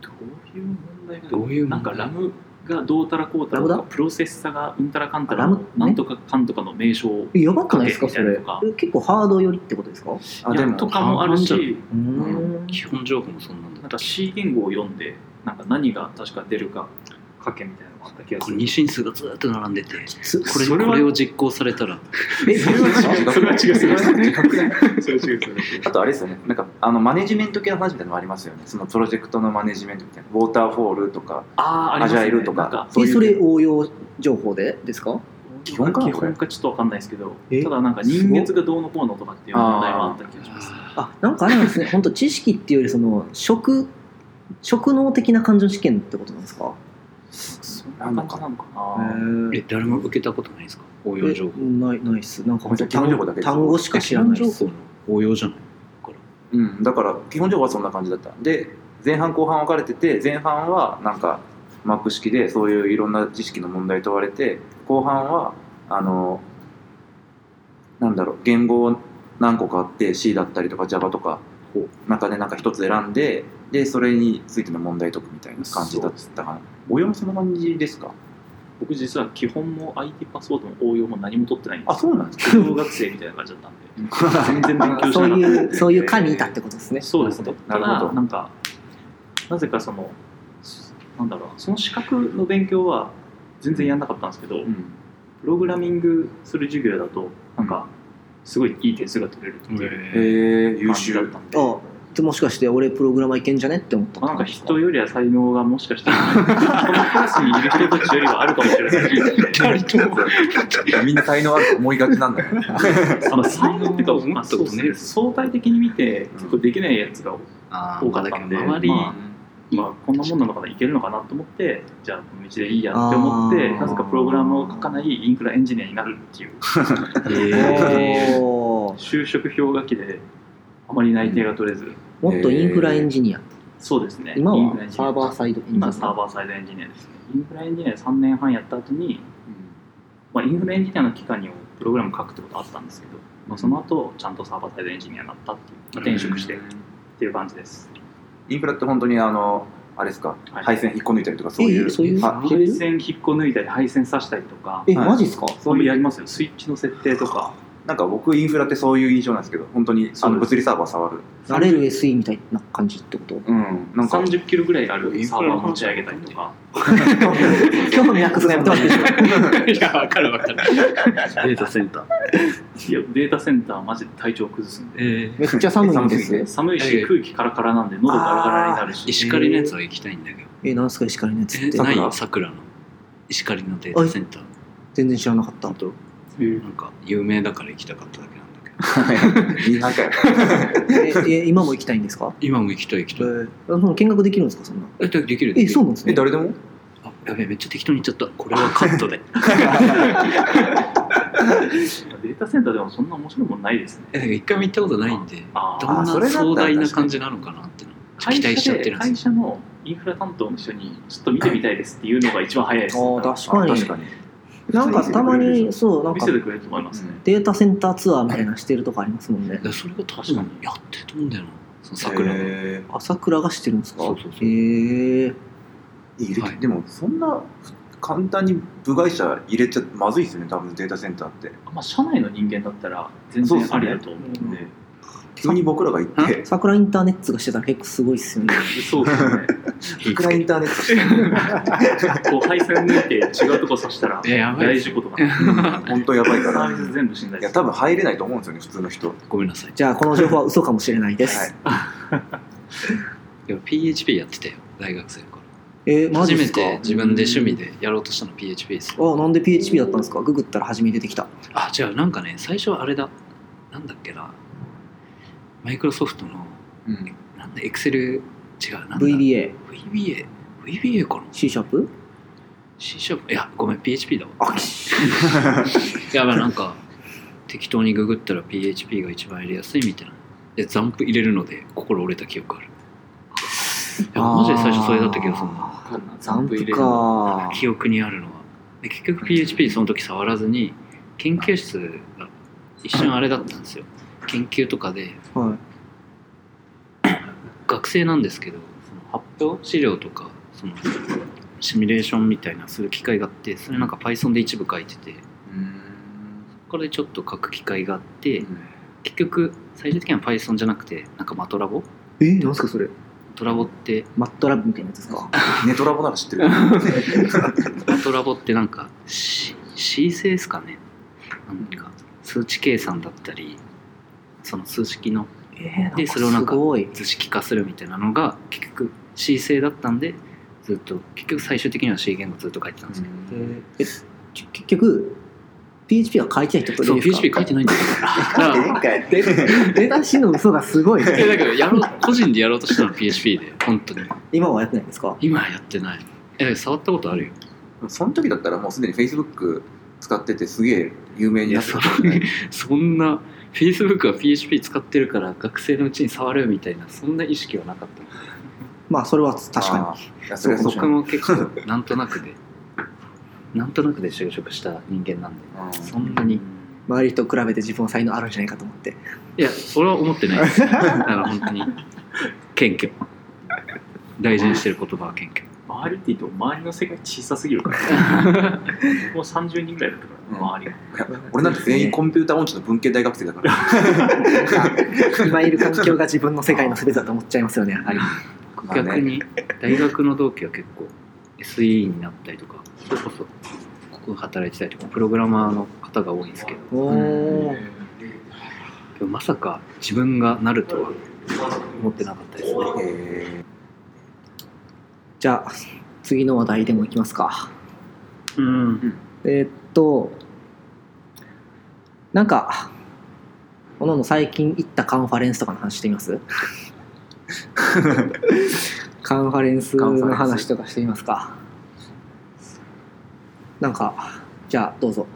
Speaker 2: どういう問題が
Speaker 4: どういう問題
Speaker 2: なんかラムがどうたらこうたらと
Speaker 1: ラ
Speaker 2: か
Speaker 1: ム
Speaker 2: プロセッサがうんたらかんた
Speaker 1: あラ
Speaker 2: ら
Speaker 1: ムね
Speaker 2: なんとかかんとかの名称を
Speaker 1: やばくないですかそれ
Speaker 2: かけみたいなとか
Speaker 1: え結構ハード寄りってことですかう
Speaker 3: あでも
Speaker 2: とかもある
Speaker 4: あ
Speaker 2: し
Speaker 1: ーん
Speaker 4: 基本情報もそんなんだ
Speaker 2: なんか C 言語を読んでなんか何が確か出るか書けみたいなのがあった気が
Speaker 4: こ
Speaker 2: す
Speaker 4: れ
Speaker 2: る
Speaker 4: 二進数がずーっと並んでて
Speaker 1: つ
Speaker 4: これ
Speaker 2: それは
Speaker 4: これを実行されたら
Speaker 1: え
Speaker 2: それは違 うそれは違うそれは違うそれは違うそれは違う
Speaker 3: あとあれですよねなんかあのマネジメント系の話みたいなのもありますよねそのプロジェクトのマネジメントみたいなウォーターフォールとか
Speaker 2: あーありますね
Speaker 3: アジャイルとか
Speaker 2: なんか
Speaker 3: そう
Speaker 1: え
Speaker 3: いう
Speaker 1: それ応用情報でですか
Speaker 3: 基本かな
Speaker 2: 基
Speaker 3: これ
Speaker 2: 本かちょっとわかんないですけど
Speaker 1: え
Speaker 2: ただなんか人月がどうのこうのとかっていう問題はあった気がします
Speaker 4: あ
Speaker 1: あなんかあれなん ですね本当知識っていうよりその職職能的な感情試験ってことなんですか
Speaker 2: そんな感じなのかな
Speaker 4: ーえ誰も受けたことないですか応用情報
Speaker 1: えないないっすなんか本当
Speaker 3: 基本情報だけです
Speaker 1: 単語しか知らない
Speaker 4: 基
Speaker 1: っ
Speaker 4: 本
Speaker 1: す
Speaker 4: 情報の応用じゃない
Speaker 3: うんだから基本情報はそんな感じだったで前半後半分かれてて前半はなんかマック式でそういういろんな知識の問題問われて後半はあのなんだろう言語を何個かあって C だったりとか Java とか
Speaker 4: ほ
Speaker 3: 中でなんか一つ選んででそれについての問題解くみたいな感じだったかなおよもそんな感じですか
Speaker 2: 僕実は基本も IT パスポートの応用も何も取ってないんですよ
Speaker 3: あ、そうなんですか。
Speaker 2: 小学生みたいな感じだったんで全然勉強し
Speaker 1: そ
Speaker 2: な
Speaker 1: う
Speaker 2: かった
Speaker 1: いうそういう科にいたってことですね。
Speaker 2: そうですね。
Speaker 3: な
Speaker 2: た
Speaker 3: るほど
Speaker 2: だ、なんか、なぜかその、なんだろうな、その資格の勉強は全然やんなかったんですけど、
Speaker 3: うん。
Speaker 2: プログラミングする授業だと、なんか、すごいいい点数が取れるっていう
Speaker 3: えー、優
Speaker 2: 感じ
Speaker 3: 秀
Speaker 2: だ。ったんで、
Speaker 1: あでもしかして俺プログラマーいけんじゃねって思った
Speaker 2: まあなんか人よりは才能がもしかしたら、このクラスにいる人たちよりはあるかもしれない。
Speaker 3: みんな才能あると思いがちなんだよね。
Speaker 2: あの才能っていうか、
Speaker 4: 思
Speaker 2: まあ
Speaker 4: った
Speaker 2: そう
Speaker 4: こ
Speaker 2: で
Speaker 4: と
Speaker 2: す
Speaker 4: ね
Speaker 2: ね相対的に見て、結構できないやつが
Speaker 4: あー
Speaker 2: 多かったんで、
Speaker 4: まあだけど周り、
Speaker 2: まあまあ、こんなもんなのかな、いけるのかなと思って、じゃあ、この道でいいやって思って、
Speaker 1: あー
Speaker 2: なぜかプログラムを書かないインフラエンジニアになるっていう、
Speaker 4: えー
Speaker 1: おー
Speaker 2: 就職氷河期で、あまり内定が取れず、
Speaker 1: もっとインフラエンジニア。
Speaker 2: そうですね、
Speaker 1: 今
Speaker 2: インフラエ
Speaker 1: は
Speaker 2: ンジニア
Speaker 1: サーバーサイドエンジニア。
Speaker 2: 今、サーバーサイドエンジニアですね。インフラエンジニアで3年半やった後に、まあ、インフラエンジニアの期間にもプログラム書くってことあったんですけど、まあ、その後、ちゃんとサーバーサイドエンジニアになったっていう、まあ転職してっていう感じです。
Speaker 3: インフラって本当にあの、あれですか、
Speaker 2: はい
Speaker 3: 配線引っこ抜いたりとかそう
Speaker 1: え
Speaker 3: い
Speaker 1: え
Speaker 3: う。
Speaker 1: そういう
Speaker 3: あ
Speaker 1: レベ
Speaker 2: 配
Speaker 1: ル
Speaker 2: 線引っこ抜いたり、配線さしたりとか、
Speaker 1: え、
Speaker 3: はい
Speaker 1: マジっすか
Speaker 2: そういうやりますよ、スイッチの設定とか。
Speaker 3: なんか僕、インフラってそういう印象なんですけど、本当にあ
Speaker 2: そう
Speaker 3: の
Speaker 2: です
Speaker 3: 物理サーバー触る。
Speaker 1: 慣れる SE みたいな感じって こと
Speaker 3: うん。なんか、
Speaker 2: 30キロぐらいあるサーバーを持ち上げたりとか、
Speaker 1: 今日の役がやっぱり
Speaker 4: いや、わかるわかる。データセンター。
Speaker 2: いやデータセンターはマジで体調崩すんで、
Speaker 4: え
Speaker 1: めっちゃ 寒いんですよ。
Speaker 2: 寒い
Speaker 4: え
Speaker 2: し
Speaker 4: え
Speaker 2: 空気カラカラなんで喉ガラガラになるし、
Speaker 4: 石狩のやつは行きたいんだけど。
Speaker 1: え、なんすか石狩のやつっ
Speaker 4: え、
Speaker 1: て。
Speaker 4: ない
Speaker 3: 桜
Speaker 4: 桜の。石狩のデータセンター。
Speaker 1: 全然知らなかった。
Speaker 2: うん
Speaker 4: なんか、有名だから行きたかっただけなんだけど。
Speaker 3: みんなかよ。
Speaker 1: え、え今も行きたいんですか
Speaker 4: 今も行きたい行き
Speaker 1: え
Speaker 4: たい。
Speaker 1: ー、その見学できるんですかそんな。
Speaker 4: え、できる
Speaker 1: え、そう
Speaker 4: う
Speaker 1: なんです
Speaker 3: え、
Speaker 1: ね。
Speaker 3: 誰でも
Speaker 4: あ、やべえ、めっちゃ適当に言っちゃった。これはカットで。
Speaker 2: データセンターでもそんな面白いもんないですね
Speaker 4: え、なんか一回も行ったことないんで、
Speaker 2: あ
Speaker 4: ど
Speaker 2: ー
Speaker 4: ん
Speaker 3: あそれだっ
Speaker 4: な
Speaker 3: たら
Speaker 4: 壮大な感じなのかなっての。
Speaker 2: 会
Speaker 4: 期待しち
Speaker 2: 社
Speaker 4: ゃって
Speaker 2: で
Speaker 4: るん
Speaker 2: 会
Speaker 4: です
Speaker 2: 社のインフラ担当の人にちょっと見てみたいですっていうのが一番早いです、
Speaker 1: ああ、
Speaker 2: 多分
Speaker 1: 確かに。
Speaker 3: に。
Speaker 1: なんかたまに、そう、なん
Speaker 2: 見
Speaker 1: か
Speaker 2: せてくれると思いますね、
Speaker 1: データセンターツアーみたいなのしてるとこありますもんね。
Speaker 4: よ。それが確かにやってたんだよな。その桜の。
Speaker 3: へ
Speaker 1: 朝倉がしてるんですか
Speaker 4: そうそうそう
Speaker 1: へえ。
Speaker 3: ー入れて
Speaker 4: はい
Speaker 3: でも、そんな簡単に部外者入れちゃまずいですよね、多分データセンターって。
Speaker 2: まあ、社内の人間だったら全
Speaker 3: そうです
Speaker 2: 然
Speaker 3: ね
Speaker 2: ありだと思うんで
Speaker 3: 急に僕らが行って、
Speaker 1: 桜インターネットがしてたら結構すごいっすよね。
Speaker 2: そうですね
Speaker 3: いくらインターネットしても
Speaker 2: こう配線抜いて違うとこさしたら
Speaker 4: え、 やばい
Speaker 2: 大
Speaker 4: っす。
Speaker 2: 事故とかな
Speaker 3: 本当やばいか
Speaker 2: サー
Speaker 3: ら。
Speaker 2: ビス全部信頼
Speaker 3: い
Speaker 2: す
Speaker 3: や、
Speaker 2: る
Speaker 3: 多分入れないと思うんですよね、普通の人。
Speaker 4: ごめんなさい。
Speaker 1: じゃあ、この情報は嘘かもしれないです。
Speaker 4: でも PHP やってたよ、大学生の頃。
Speaker 1: えー、マジ
Speaker 4: 初
Speaker 1: っ
Speaker 4: め
Speaker 1: すか
Speaker 4: て自分で趣味でやろうとしたの PHP です。
Speaker 1: あなんで PHP だったんですかググったら初めに出てきた。
Speaker 4: あ違うなんかね最初はあれだなんだっけなマイクロソフトの
Speaker 3: うん。
Speaker 4: なんだエクセル違うなんだ
Speaker 1: VBA、
Speaker 4: VBA VBA かな
Speaker 1: C シャープ
Speaker 4: C シャープいやごめん PHP だわ
Speaker 1: あ
Speaker 4: やばいなんか適当にググったら PHP が一番入れやすいみたいなでザンプ入れるので心折れた記憶あるいやマジで最初それだった気がするんだ
Speaker 1: ザンプか。
Speaker 4: 記憶にあるのはで結局 PHP その時触らずに研究室が一瞬あれだったんですよ研究とかで
Speaker 1: はい。
Speaker 4: 学生なんですけどその発表資料とかそのシミュレーションみたいなする機会があってそれなんか Python で一部書いてて
Speaker 3: うん。
Speaker 4: これでちょっと書く機会があって結局最終的には Python じゃなくてなんかマトラボ
Speaker 1: えー、なんすかそれ
Speaker 4: トラボって
Speaker 1: マットラブみたいなやつですか
Speaker 3: ネトラボなら知ってる。
Speaker 4: マトラボってなんか C C 制ですかねなんか数値計算だったりその数式の
Speaker 1: えー、
Speaker 4: でそれをなんか
Speaker 1: すごい。
Speaker 4: 図式化するみたいなのが結局 C 制だったんでずっと結局最終的には C 言語ずっと書いてたんですけど
Speaker 1: えーえち結局、PHP は書いてない人と
Speaker 4: そう、
Speaker 1: ですか
Speaker 4: PHP 書いてないんだよ。だから
Speaker 3: 回やって。
Speaker 1: 出だしの嘘がすごい。
Speaker 4: え だけどやろう個人でやろうとしたの PHP で、本当に。
Speaker 1: 今はやってないんですか
Speaker 4: 今やってない。え、触ったことあるよ。
Speaker 3: その時だったらもうすでに Facebook 使っててすげえ有名になってたんじゃない
Speaker 4: そんな、Facebook は PHP 使ってるから学生のうちに触るみたいな、そんな意識はなかった。
Speaker 1: まあ、それは確か
Speaker 3: あーいやそれはそう
Speaker 4: 僕
Speaker 3: かも。
Speaker 4: も結構、なんとなくで、なんとなくで就職した人間なんで、
Speaker 3: あー
Speaker 4: そんなに。
Speaker 1: に。周りと比べて自分は才能あるんじゃないかと思って。
Speaker 4: いや、俺は思ってないです。だから本当に、謙虚。大事にしてる言葉は謙虚。
Speaker 2: 周周りって言っても周りの世界小さすぎるから もう30人ぐらいだったから
Speaker 3: うん
Speaker 2: 周りが
Speaker 3: 俺なんて全員コンピューター音痴の文系大学生だから
Speaker 1: 今いる環境が自分の世界の全てだと思っちゃいますよねやはり
Speaker 3: まあね
Speaker 4: 逆に大学の同期は結構 SE になったりとかそれこそここ働いてたりとかプログラマーの方が多いんですけど
Speaker 1: おおー
Speaker 4: でもまさか自分がなるとは思ってなかったですね
Speaker 3: え
Speaker 1: じゃあ次の話題でもいきますか
Speaker 2: うん
Speaker 1: えーっとなんかおのおの最近行ったカンファレンスとかの話してみ ますカンファレンスの話とかしてみますかなんかじゃあどうぞ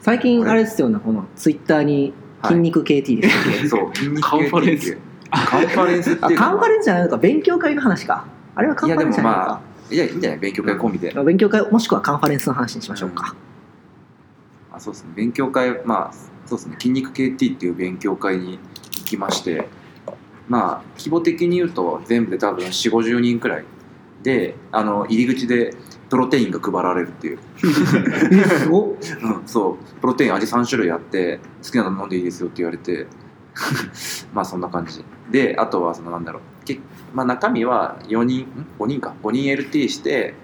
Speaker 1: 最近あれですよねこのツイッターに
Speaker 3: ー
Speaker 1: 筋肉 KT ですよね、
Speaker 3: はいそう筋肉
Speaker 4: カンファレンス
Speaker 3: カンファレンスって
Speaker 1: あ
Speaker 3: いう
Speaker 1: カンファレ
Speaker 3: ン
Speaker 1: ンスじゃないのか勉強会の話かあれはカンファレンスじゃないの
Speaker 3: いやでも
Speaker 1: か
Speaker 3: スいやいいんじゃない勉強会込みで、
Speaker 1: 勉強会もしくはカンファレンスの話にしましょうか、
Speaker 3: あそうですね勉強会まあそうですね筋肉 KT っていう勉強会に行きましてまあ規模的に言うと全部で多分4 5 0人くらいであの入り口でプロテインが配られるっていう、
Speaker 1: えすごっ
Speaker 3: うん、そうプロテイン味3種類あって好きなの飲んでいいですよって言われて まあそんな感じであとはそのなんだろうけ、まあ、中身は4人ん5人か5人 LT して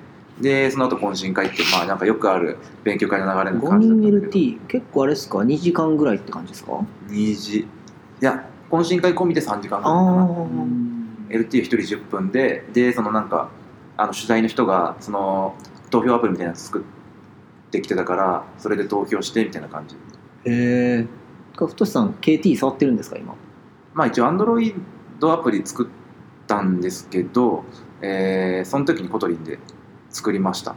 Speaker 3: でその後懇親会ってまあなんかよくある勉強会の流れの
Speaker 1: 5
Speaker 3: 感じだった
Speaker 1: 人
Speaker 3: んだけど
Speaker 1: LT 結構あれですか2時間ぐらいって感じですか
Speaker 3: 2時いや懇親会込みで3時間ぐらいか
Speaker 1: あ
Speaker 3: な LT1 人10分ででそのなんかあの取材の人がその投票アプリみたいなやつ作ってきてたからそれで投票してみたいな感じ
Speaker 1: あへえふとしさん KT 触ってるんですか今
Speaker 3: まあ一応 Android アプリ作ったんですけど、えーその時にコトリンで作りましたっ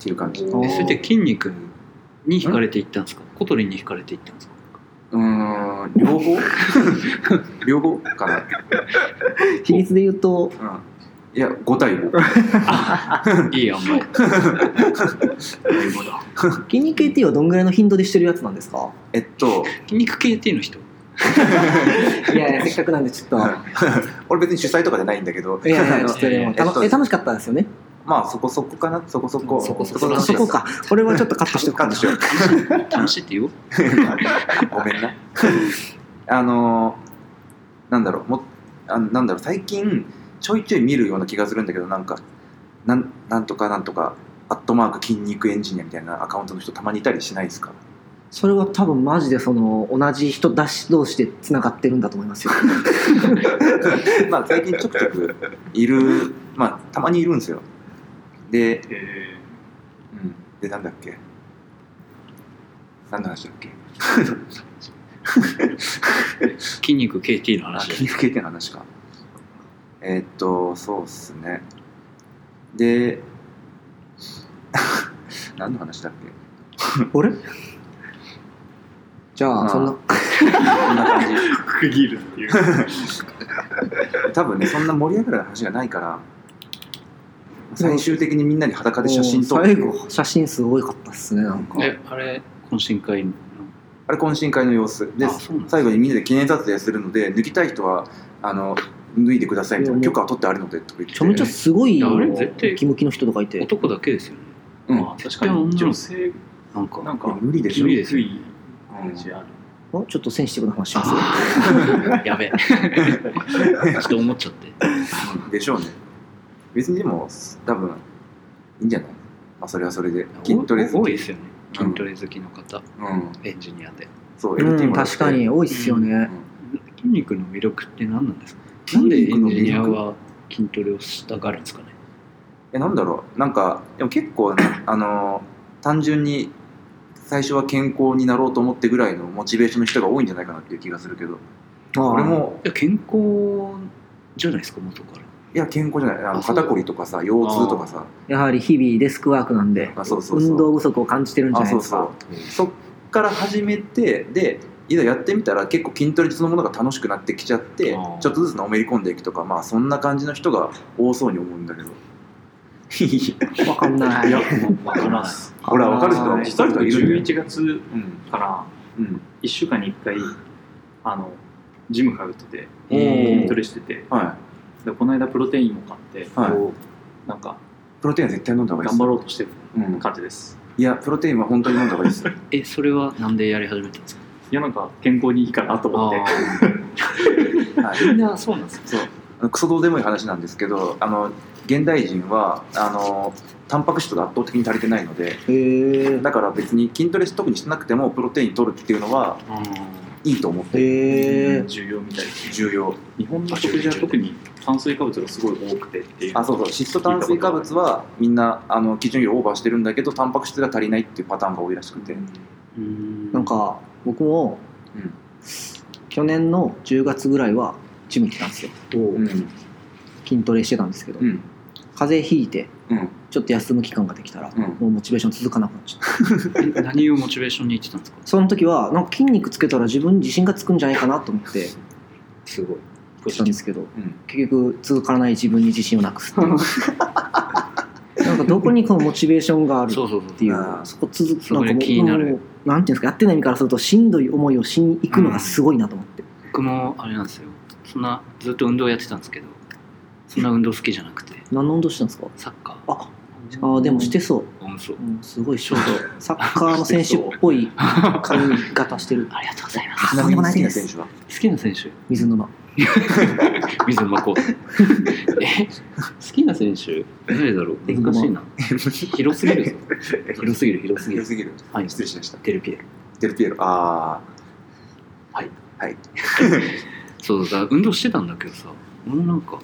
Speaker 3: ていう感じう
Speaker 1: お
Speaker 4: えそれで筋肉に惹かれていったんですかコトリンに惹かれていったんですか
Speaker 3: ーん両方 両方かな
Speaker 1: 比率で言うと
Speaker 3: うんいや5対5
Speaker 4: いいあんまり
Speaker 1: 筋肉 KT はどんぐらいの頻度でしてるやつなんですか
Speaker 3: えっと
Speaker 4: 筋肉系っていうの人
Speaker 1: いやいやせっかくなんでちょっと
Speaker 3: 俺別に主催とかじゃないんだけど
Speaker 1: いやいやちょっとで
Speaker 4: え
Speaker 1: も
Speaker 4: っ
Speaker 3: と
Speaker 1: 楽え楽しかったんですよね
Speaker 3: まあそこそこかなそこそこ
Speaker 4: そこそこ
Speaker 1: そそこかこれはちょっとカットしておく
Speaker 3: カ
Speaker 1: か
Speaker 3: ッ
Speaker 1: な
Speaker 3: トしよう
Speaker 4: 楽しいって言おう
Speaker 3: ごめんなあのなんだろうもあなんだろう最近ちょいちょい見るような気がするんだけどなんかなんなんとかなんとかアットマーク筋肉エンジニアみたいなアカウントの人たまにいたりしないですか
Speaker 1: それは多分マジでその同じ人だし同士でつながってるんだと思いますよ
Speaker 3: まあ最近ちょくちょくいるまあたまにいるんですよで、
Speaker 2: え
Speaker 3: うん、でなんだっけ何の話だっけ
Speaker 4: 筋肉 KT の
Speaker 3: あ
Speaker 4: 話
Speaker 3: 筋
Speaker 4: で
Speaker 3: 肉系っていうの話かえーっとそうっすねで 何の話だっけ
Speaker 1: あれじゃあそんな
Speaker 3: こんな感
Speaker 2: ー区切るっていう
Speaker 3: じ多分ねそんな盛り上がる話がないから
Speaker 1: そう
Speaker 3: 最終的にみんなに裸で写真撮って
Speaker 1: 最後写真すごいかったっすねなんか
Speaker 4: えあれ懇親会の
Speaker 3: あれ懇親会の様子で
Speaker 4: あそうなんだ
Speaker 3: 最後にみんなで記念撮影するので脱ぎたい人はあの脱いでくださいみたいな許可は取ってあるのでとか言って
Speaker 1: ちょめちゃすごい
Speaker 4: いやあれ絶対
Speaker 1: ムキムキの人とかいて
Speaker 4: 男だけですよね
Speaker 3: うん
Speaker 2: まあ確かに女性
Speaker 4: なんか
Speaker 2: なん
Speaker 3: いや
Speaker 2: か
Speaker 3: 無理でしょ
Speaker 4: 無理ですよ
Speaker 2: いイメージある
Speaker 1: おちょっとセンシティブな話します
Speaker 4: あ やべえちょっと思っちゃって
Speaker 3: うんでしょうね別にでも多分いいんじゃない、まあ、それはそれで筋トレ好き
Speaker 4: 多いですよね筋トレ好きの方、
Speaker 3: うん
Speaker 4: エンジニアで
Speaker 3: そう、
Speaker 1: う
Speaker 3: LT
Speaker 1: ん
Speaker 3: も
Speaker 1: 確かに多いっすよね
Speaker 4: 筋肉の魅力って何なんですか
Speaker 3: 筋
Speaker 4: なんでエ
Speaker 3: 肉
Speaker 4: ン
Speaker 3: の
Speaker 4: ジ
Speaker 3: 魅
Speaker 4: ニア
Speaker 3: 力
Speaker 4: は筋トレをしたがるんですかね
Speaker 3: えなんだろうなんかでも結構なあの単純に最初は健康になろうと思ってぐらいのモチベーションの人が多いんじゃないかなっていう気がするけど俺も
Speaker 4: いや健康じゃないですか元から
Speaker 3: いや健康じゃないあの
Speaker 4: あそう
Speaker 3: 肩こりとかさ腰痛とかさ
Speaker 1: やはり日々デスクワークなんで
Speaker 3: あそうそうそう
Speaker 1: 運動不足を感じてるんじゃ
Speaker 3: あ
Speaker 1: ないで
Speaker 3: そう
Speaker 1: す
Speaker 3: そ
Speaker 1: か
Speaker 3: うそっから始めてでいざやってみたら結構筋トレそのものが楽しくなってきちゃって
Speaker 4: あー
Speaker 3: ちょっとずつのめり込んでいくとかまあそんな感じの人が多そうに思うんだけど
Speaker 1: わかんない
Speaker 2: いやわからんっす
Speaker 3: ほらわかる人
Speaker 1: あ
Speaker 3: は
Speaker 1: ー
Speaker 3: 一人はいるんだよ
Speaker 2: 11月
Speaker 3: うん
Speaker 2: から
Speaker 3: うん
Speaker 2: 1週間に1回あのジム通ってて
Speaker 1: おー
Speaker 2: 筋トレしてて
Speaker 3: は
Speaker 2: でこの間プロテインも買って
Speaker 3: いはい
Speaker 4: こ
Speaker 2: なんか
Speaker 3: プロテインは絶対飲んだ方がいい
Speaker 2: 頑
Speaker 3: です
Speaker 2: 張ろうとしてる
Speaker 3: うん、
Speaker 2: 感じです
Speaker 3: いやプロテインは本当に飲んだ方がいいです
Speaker 4: えそれはなんでやり始めたんですか
Speaker 2: いやなんか健康にいいかなと思って
Speaker 3: はい
Speaker 4: みんなそうなんですか
Speaker 3: そうクソどうでもいい話なんですけどあの現代人はあのタンパク質が圧倒的に足りてないので
Speaker 1: へえ
Speaker 3: だから別に筋トレ特にしてなくてもプロテイン取るっていうのは
Speaker 4: あ
Speaker 3: いいと思って
Speaker 1: へえ
Speaker 2: 重要みたいです
Speaker 3: 重要
Speaker 2: 日本の食事は特に炭水化物がすごい多くてっていう
Speaker 3: あそうそう窒素炭水化物はみんなあの基準よりオーバーしてるんだけどタンパク質が足りないっていうパターンが多いらしくて、
Speaker 4: うん
Speaker 1: なんか僕も、
Speaker 3: うん
Speaker 1: 去年の10月ぐらいはジム行ってたんですよ
Speaker 3: うん
Speaker 1: 筋トレしてたんですけど、
Speaker 3: うん
Speaker 1: 風邪ひいて
Speaker 3: うん
Speaker 1: ちょっと休む期間ができたら、
Speaker 3: うん
Speaker 1: もうモチベーション続かなくなっちゃった
Speaker 4: え何をモチベーションに言ってたんですか
Speaker 1: その時はなんか筋肉つけたら自分に自信がつくんじゃないかなと思って
Speaker 4: すごい
Speaker 1: したんですけど
Speaker 3: うん
Speaker 1: 結局続かない自分に自信をなくすっていうなんかどこにこのモチベーションがある
Speaker 4: そうそうそう
Speaker 1: っていう
Speaker 3: あー
Speaker 1: そこ続く
Speaker 4: それ
Speaker 1: なんかもう
Speaker 4: 気になる
Speaker 1: もうなんていうんですかやってない意味からするとしんどい思いをしに行くのがすごいなと思って、
Speaker 4: 僕もあれなんですよそんなずっと運動やってたんですけどそんな運動好きじゃなくて
Speaker 1: 何の運動してたんですか
Speaker 4: サッカー
Speaker 1: ああーでもしてそう、
Speaker 4: うんそう
Speaker 1: うん、すごいショートサッカーの選手っぽい髪型して る
Speaker 4: ありがとうございま
Speaker 1: あ
Speaker 3: ち
Speaker 4: す
Speaker 3: なみに好きな選手は
Speaker 4: 好きな選手
Speaker 1: 水沼
Speaker 4: 水沼こう え好きな選手誰だろう難しいな 広すぎるぞ広すぎる広すぎ
Speaker 3: 広
Speaker 4: る
Speaker 3: すぎる
Speaker 4: はい
Speaker 3: 失礼しました
Speaker 4: テルピエロ
Speaker 3: デルピエロあ
Speaker 4: そうだから運動してたんだけどさもうなんか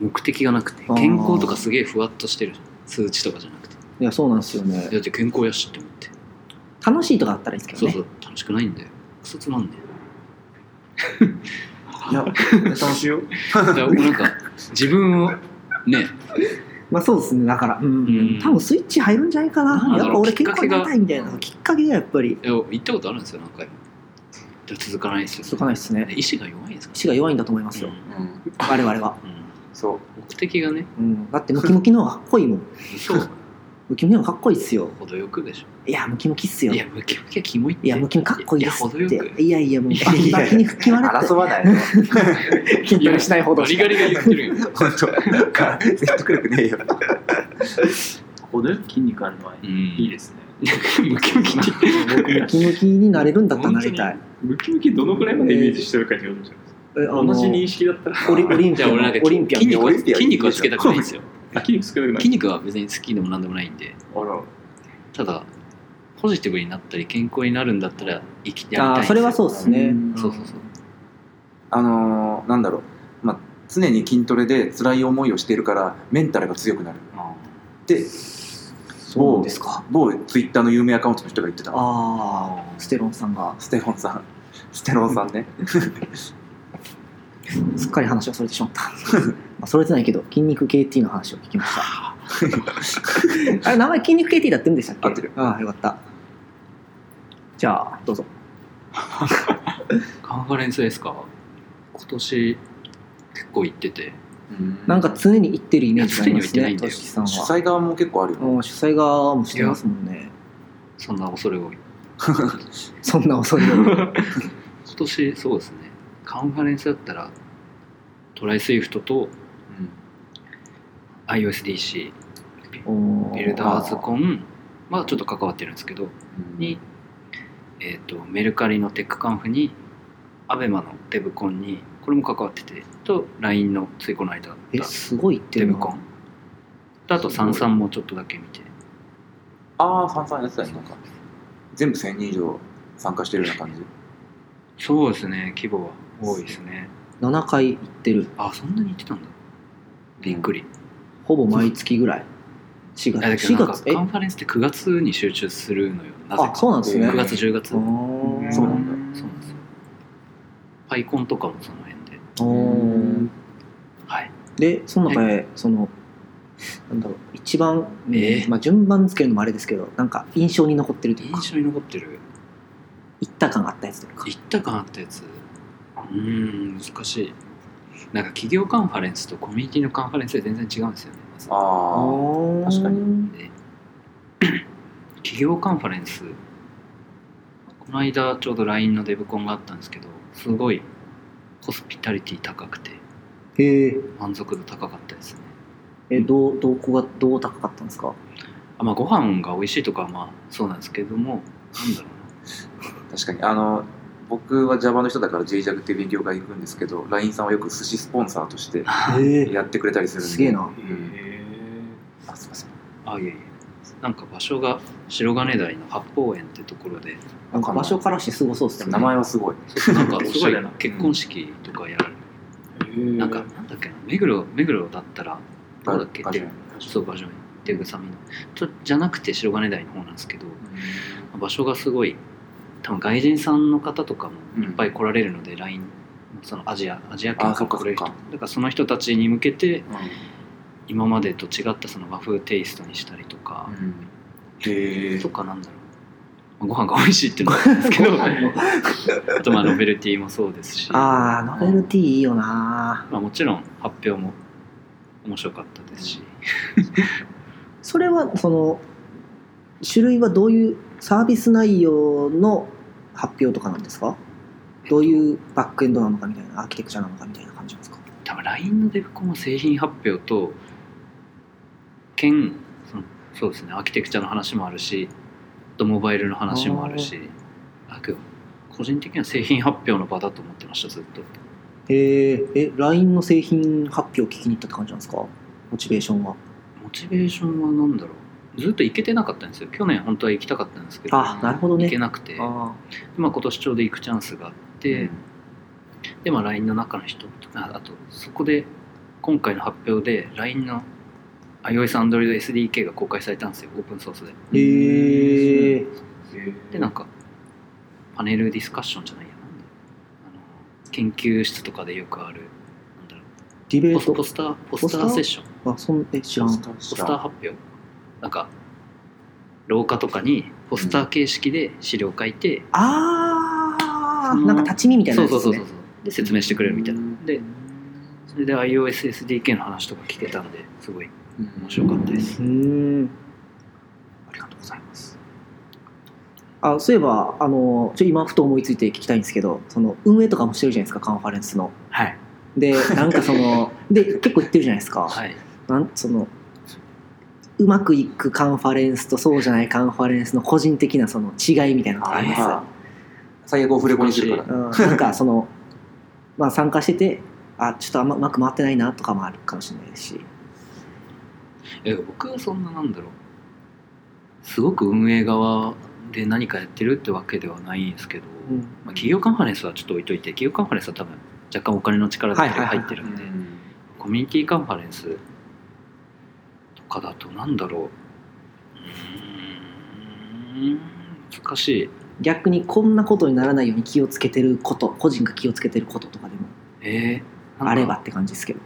Speaker 4: 目的がなくて
Speaker 1: あー
Speaker 4: 健康とかすげえふわっとしてるじゃん数値とかじゃなくて
Speaker 1: いやそうなんですよね
Speaker 4: だって健康やしって思って
Speaker 1: 楽しいとかあったらいいですけど
Speaker 4: そう
Speaker 1: ね
Speaker 4: そう楽しくないんだよクソつまんねえ
Speaker 3: あいや楽しいよ
Speaker 4: だ からなんか自分をね
Speaker 1: まあそうですねだからうん、
Speaker 4: うん
Speaker 1: 多分スイッチ入るんじゃないか
Speaker 4: な
Speaker 1: なん
Speaker 4: だ
Speaker 1: や
Speaker 4: ろう
Speaker 1: っぱ俺健康になりたいみたい
Speaker 4: きっかけ
Speaker 1: な
Speaker 4: が
Speaker 1: きっかけがやっぱり
Speaker 4: いや行ったことあるんですよ何回もでも続かないですよ
Speaker 1: 続かないですね
Speaker 4: 意志が弱いんですか
Speaker 1: 死が弱いんだと思いますよ、
Speaker 3: うん
Speaker 1: 我々は、
Speaker 4: うんうん
Speaker 3: そう
Speaker 4: 目的がね
Speaker 1: うん、だってムキムキの方がかっこいいもん
Speaker 4: そう
Speaker 1: ムキムキの方がかっこいいっすよ
Speaker 4: 程よくでし
Speaker 1: いやムキムキっす
Speaker 4: ょ
Speaker 1: よ
Speaker 4: いやムキムキはキモいって
Speaker 1: いや、ムキムキかっこいいですっ
Speaker 4: や
Speaker 1: て。
Speaker 4: 程よく
Speaker 1: いやいや、もう、バ
Speaker 3: い
Speaker 1: キ
Speaker 3: や
Speaker 1: バキに吹き割れ
Speaker 3: 争
Speaker 1: て、
Speaker 3: わ ないよ
Speaker 1: 筋トレしないほど
Speaker 4: ガ。リガリが言ってるよ
Speaker 3: 本当なんか説得力ねえよ
Speaker 2: ここで筋肉あるのは い
Speaker 4: うん
Speaker 2: いですね
Speaker 4: ムキムキって
Speaker 1: 僕、ムキムキになれるんだったらなりたい。
Speaker 2: ムキムキどのくらいまでイメージしてるかによるんじゃないです
Speaker 1: えあ
Speaker 2: か
Speaker 1: の
Speaker 2: 同じ認識だったら
Speaker 1: オリオリン
Speaker 4: じ
Speaker 1: ピア
Speaker 4: ゃあ
Speaker 1: ン
Speaker 4: 俺なんか
Speaker 1: の、オリンピアン
Speaker 4: 筋肉は
Speaker 3: オリンピアン
Speaker 4: 筋肉はつけたくないんですよ
Speaker 2: 筋肉少なくな
Speaker 4: 筋
Speaker 2: い
Speaker 4: 肉は別に好きでも何でもないんで
Speaker 2: あら
Speaker 4: ただポジティブになったり健康になるんだったら生きてや
Speaker 1: あ
Speaker 4: りたいん
Speaker 1: あ、
Speaker 4: ですよ
Speaker 1: それはそうですね。ん
Speaker 4: そうそうそう
Speaker 3: あのーなんだろう、まあ、常に筋トレで辛い思いをしているからメンタルが強くなるって
Speaker 1: そうなんですか。
Speaker 3: 某ツイッターの有名アカウントの人が言ってた
Speaker 1: ああ、ステロンさんが、
Speaker 3: ステロンさんステロンさんね
Speaker 1: すっかり話はそれてしまった。 まあ、それてないけど、筋肉 KT の話を聞きま した。あれ、名前筋肉 KT だってんでしたっけ
Speaker 3: 合ってる
Speaker 1: ああ、よかった。じゃあ、どうぞ。
Speaker 4: カンファレンスですか今年結構行ってて
Speaker 1: なんか常に行ってるイメージがあります
Speaker 4: いや
Speaker 1: ね、
Speaker 4: 常には行ってないんだよ
Speaker 1: としきさん
Speaker 3: 主
Speaker 1: は。
Speaker 3: 催側も結構あるよね
Speaker 1: もう主催側もしてますもんね。
Speaker 4: そんな恐れ多い
Speaker 1: そんな恐れ 多い。
Speaker 4: 今年そうですねカンファレンスだったらトライスイフトと IOSDC ビルダーズコンまあちょっと関わってるんですけど
Speaker 3: うん
Speaker 4: に、えー、とメルカリのテックカンフにアベマのデブコンにこれも関わっててと LINE のついこの間だ
Speaker 1: え、すごい言って
Speaker 4: デ
Speaker 1: る
Speaker 4: ブ
Speaker 1: な
Speaker 4: コンとあとサンサンもちょっとだけ見て
Speaker 3: ああさんさんやってたよなんか全部1000人以上参加してるような感じ
Speaker 4: そうですね規模は多いですね
Speaker 1: 7回行ってる。
Speaker 4: あそんなに行ってたんだびっくり
Speaker 1: ほぼ毎月ぐらい。4
Speaker 4: あだ
Speaker 1: 月。
Speaker 4: け
Speaker 1: 4
Speaker 4: どなんか
Speaker 1: 月え
Speaker 4: カンファレンスって9月に集中するのよなぜ
Speaker 1: あ、そう
Speaker 4: か
Speaker 1: なんですね。
Speaker 4: 9月10月
Speaker 1: あー
Speaker 3: そう
Speaker 1: あ
Speaker 3: なん
Speaker 4: そうなんですよパイコンとかもその辺で
Speaker 1: ー
Speaker 4: はい
Speaker 1: で、その中で、その、なんだろう、一番、
Speaker 4: えー
Speaker 1: まあ順番つけるのもあれですけど、なんか印象に残ってるというか、
Speaker 4: 印象に残ってる
Speaker 1: 行った感があったやつというか。
Speaker 4: 行ったかあったやつうーん難しいなんか企業カンファレンスとコミュニティのカンファレンスで全然違うんですよねまず
Speaker 1: あ
Speaker 3: ああ
Speaker 1: ー
Speaker 3: 確か
Speaker 1: に。
Speaker 4: 企業カンファレンスこの間ちょうど LINE のデブコンがあったんですけどすごいホスピタリティ高くて
Speaker 1: へえ。
Speaker 4: 満足度高かったですね
Speaker 1: えどうどうこがどう高かったんですか
Speaker 4: あまあご飯が美味しいとかはまあそうなんですけどもなんだろ
Speaker 3: 確かにあの僕は Java の人だから JJAG っていう勉強会行くんですけど LINE さんはよく寿司スポンサーと して
Speaker 1: え
Speaker 3: やってくれたりするんです
Speaker 1: げえな
Speaker 3: うん
Speaker 2: あすいません
Speaker 4: うなあいえいえなんか場所が白金台の八方園ってところで
Speaker 1: なんか場所からしてすごそうですよね
Speaker 3: 名前はすごい
Speaker 4: な んか
Speaker 2: お
Speaker 4: す
Speaker 2: しゃ
Speaker 4: ごい
Speaker 2: れな
Speaker 4: 結婚式とかやられる
Speaker 2: な
Speaker 4: なんかなんだっけな目黒目黒だったらどこだっけ
Speaker 3: 場
Speaker 4: って
Speaker 3: 所
Speaker 4: そう場所に手ぐさみのとじゃなくて白金台の方なんですけど場所がすごい多分外人さんの方とかも
Speaker 3: うん
Speaker 4: いっぱい来られるので、LINE そのアジアアジア圏
Speaker 3: あ
Speaker 4: か
Speaker 3: そ
Speaker 4: ら
Speaker 3: っかそっか
Speaker 4: 来れる人だからその人たちに向けて今までと違ったその和風テイストにしたりとか、
Speaker 3: うんへえ
Speaker 4: とかなんだろうまあご飯が美味しいっていうのもあるんですけど あとまあノベルティもそうですし
Speaker 1: ああノベルティーいいよな
Speaker 4: まあ、もちろん発表も面白かったですし、
Speaker 1: それはその種類はどういうサービス内容の発表とかなんですかどういうバックエンドなのかみたいなアーキテクチャなのかみたいな感じなんですか
Speaker 4: 多分 LINE のデブコンは製品発表と兼そのそうですねアーキテクチャの話もあるしあとモバイルの話もあるしあけど個人的には製品発表の場だと思ってましたずっと
Speaker 1: へええ LINE の製品発表を聞きに行ったって感じなんですかモチベーションは
Speaker 4: モチベーションは何だろうずっと行けてなかったんですよ去年本当は行きたかったんですけど
Speaker 1: あなるほどね
Speaker 4: 行けなくて
Speaker 1: あ
Speaker 4: まあ、今年ちょうど行くチャンスがあって、で、まあ、LINE の中の人とああとそこで今回の発表で LINE の iOS Android SDK が公開されたんですよオープンソースで
Speaker 1: ーへえ
Speaker 4: でなんかパネルディスカッションじゃないやなんだあの研究室とかでよくあるなんだろ
Speaker 1: ディベ
Speaker 4: うポ
Speaker 1: ー
Speaker 4: スポ
Speaker 1: ト
Speaker 4: スターポスターセッションポ
Speaker 1: あそんえ知らん
Speaker 4: スター発表なんか廊下とかにポスター形式で資料書いて、
Speaker 1: ああ
Speaker 4: その
Speaker 1: なんか立ち見みたいな
Speaker 4: そう
Speaker 1: やつ
Speaker 4: そ
Speaker 1: で
Speaker 4: うそ
Speaker 1: す
Speaker 4: うそう
Speaker 1: ね
Speaker 4: で説明してくれるみたいなでそれで iOSSDK の話とか聞けたんですごい面白かったです
Speaker 1: うーん
Speaker 4: ありがとうございます
Speaker 1: あそういえばあのちょ今ふと思いついて聞きたいんですけどその運営とかもしてるじゃないですかカンファレンスの
Speaker 4: はい
Speaker 1: でなんかそので結構行ってるじゃないですか、
Speaker 4: はい
Speaker 1: なんそのうまくいくカンファレンスとそうじゃないカンファレンスの個人的なその違いみたいなのがあります
Speaker 3: あ最悪オフレコにするから
Speaker 1: うんなんかその まあ参加しててあちょっとあんまうまく回ってないなとかもあるかもしれないですし
Speaker 4: え僕はそんななんだろうすごく運営側で何かやってるってわけではないんですけど、
Speaker 1: うん
Speaker 4: まあ、企業カンファレンスはちょっと置いといて企業カンファレンスは多分若干お金の力だったり
Speaker 1: はいはい
Speaker 4: 入
Speaker 1: はい
Speaker 4: ってるんで、コミュニティカンファレンスとかだとなんだろううーん難しい
Speaker 1: 逆にこんなことにならないように気をつけてること個人が気をつけてることとかでも
Speaker 4: えーなんか
Speaker 1: あればって感じですけど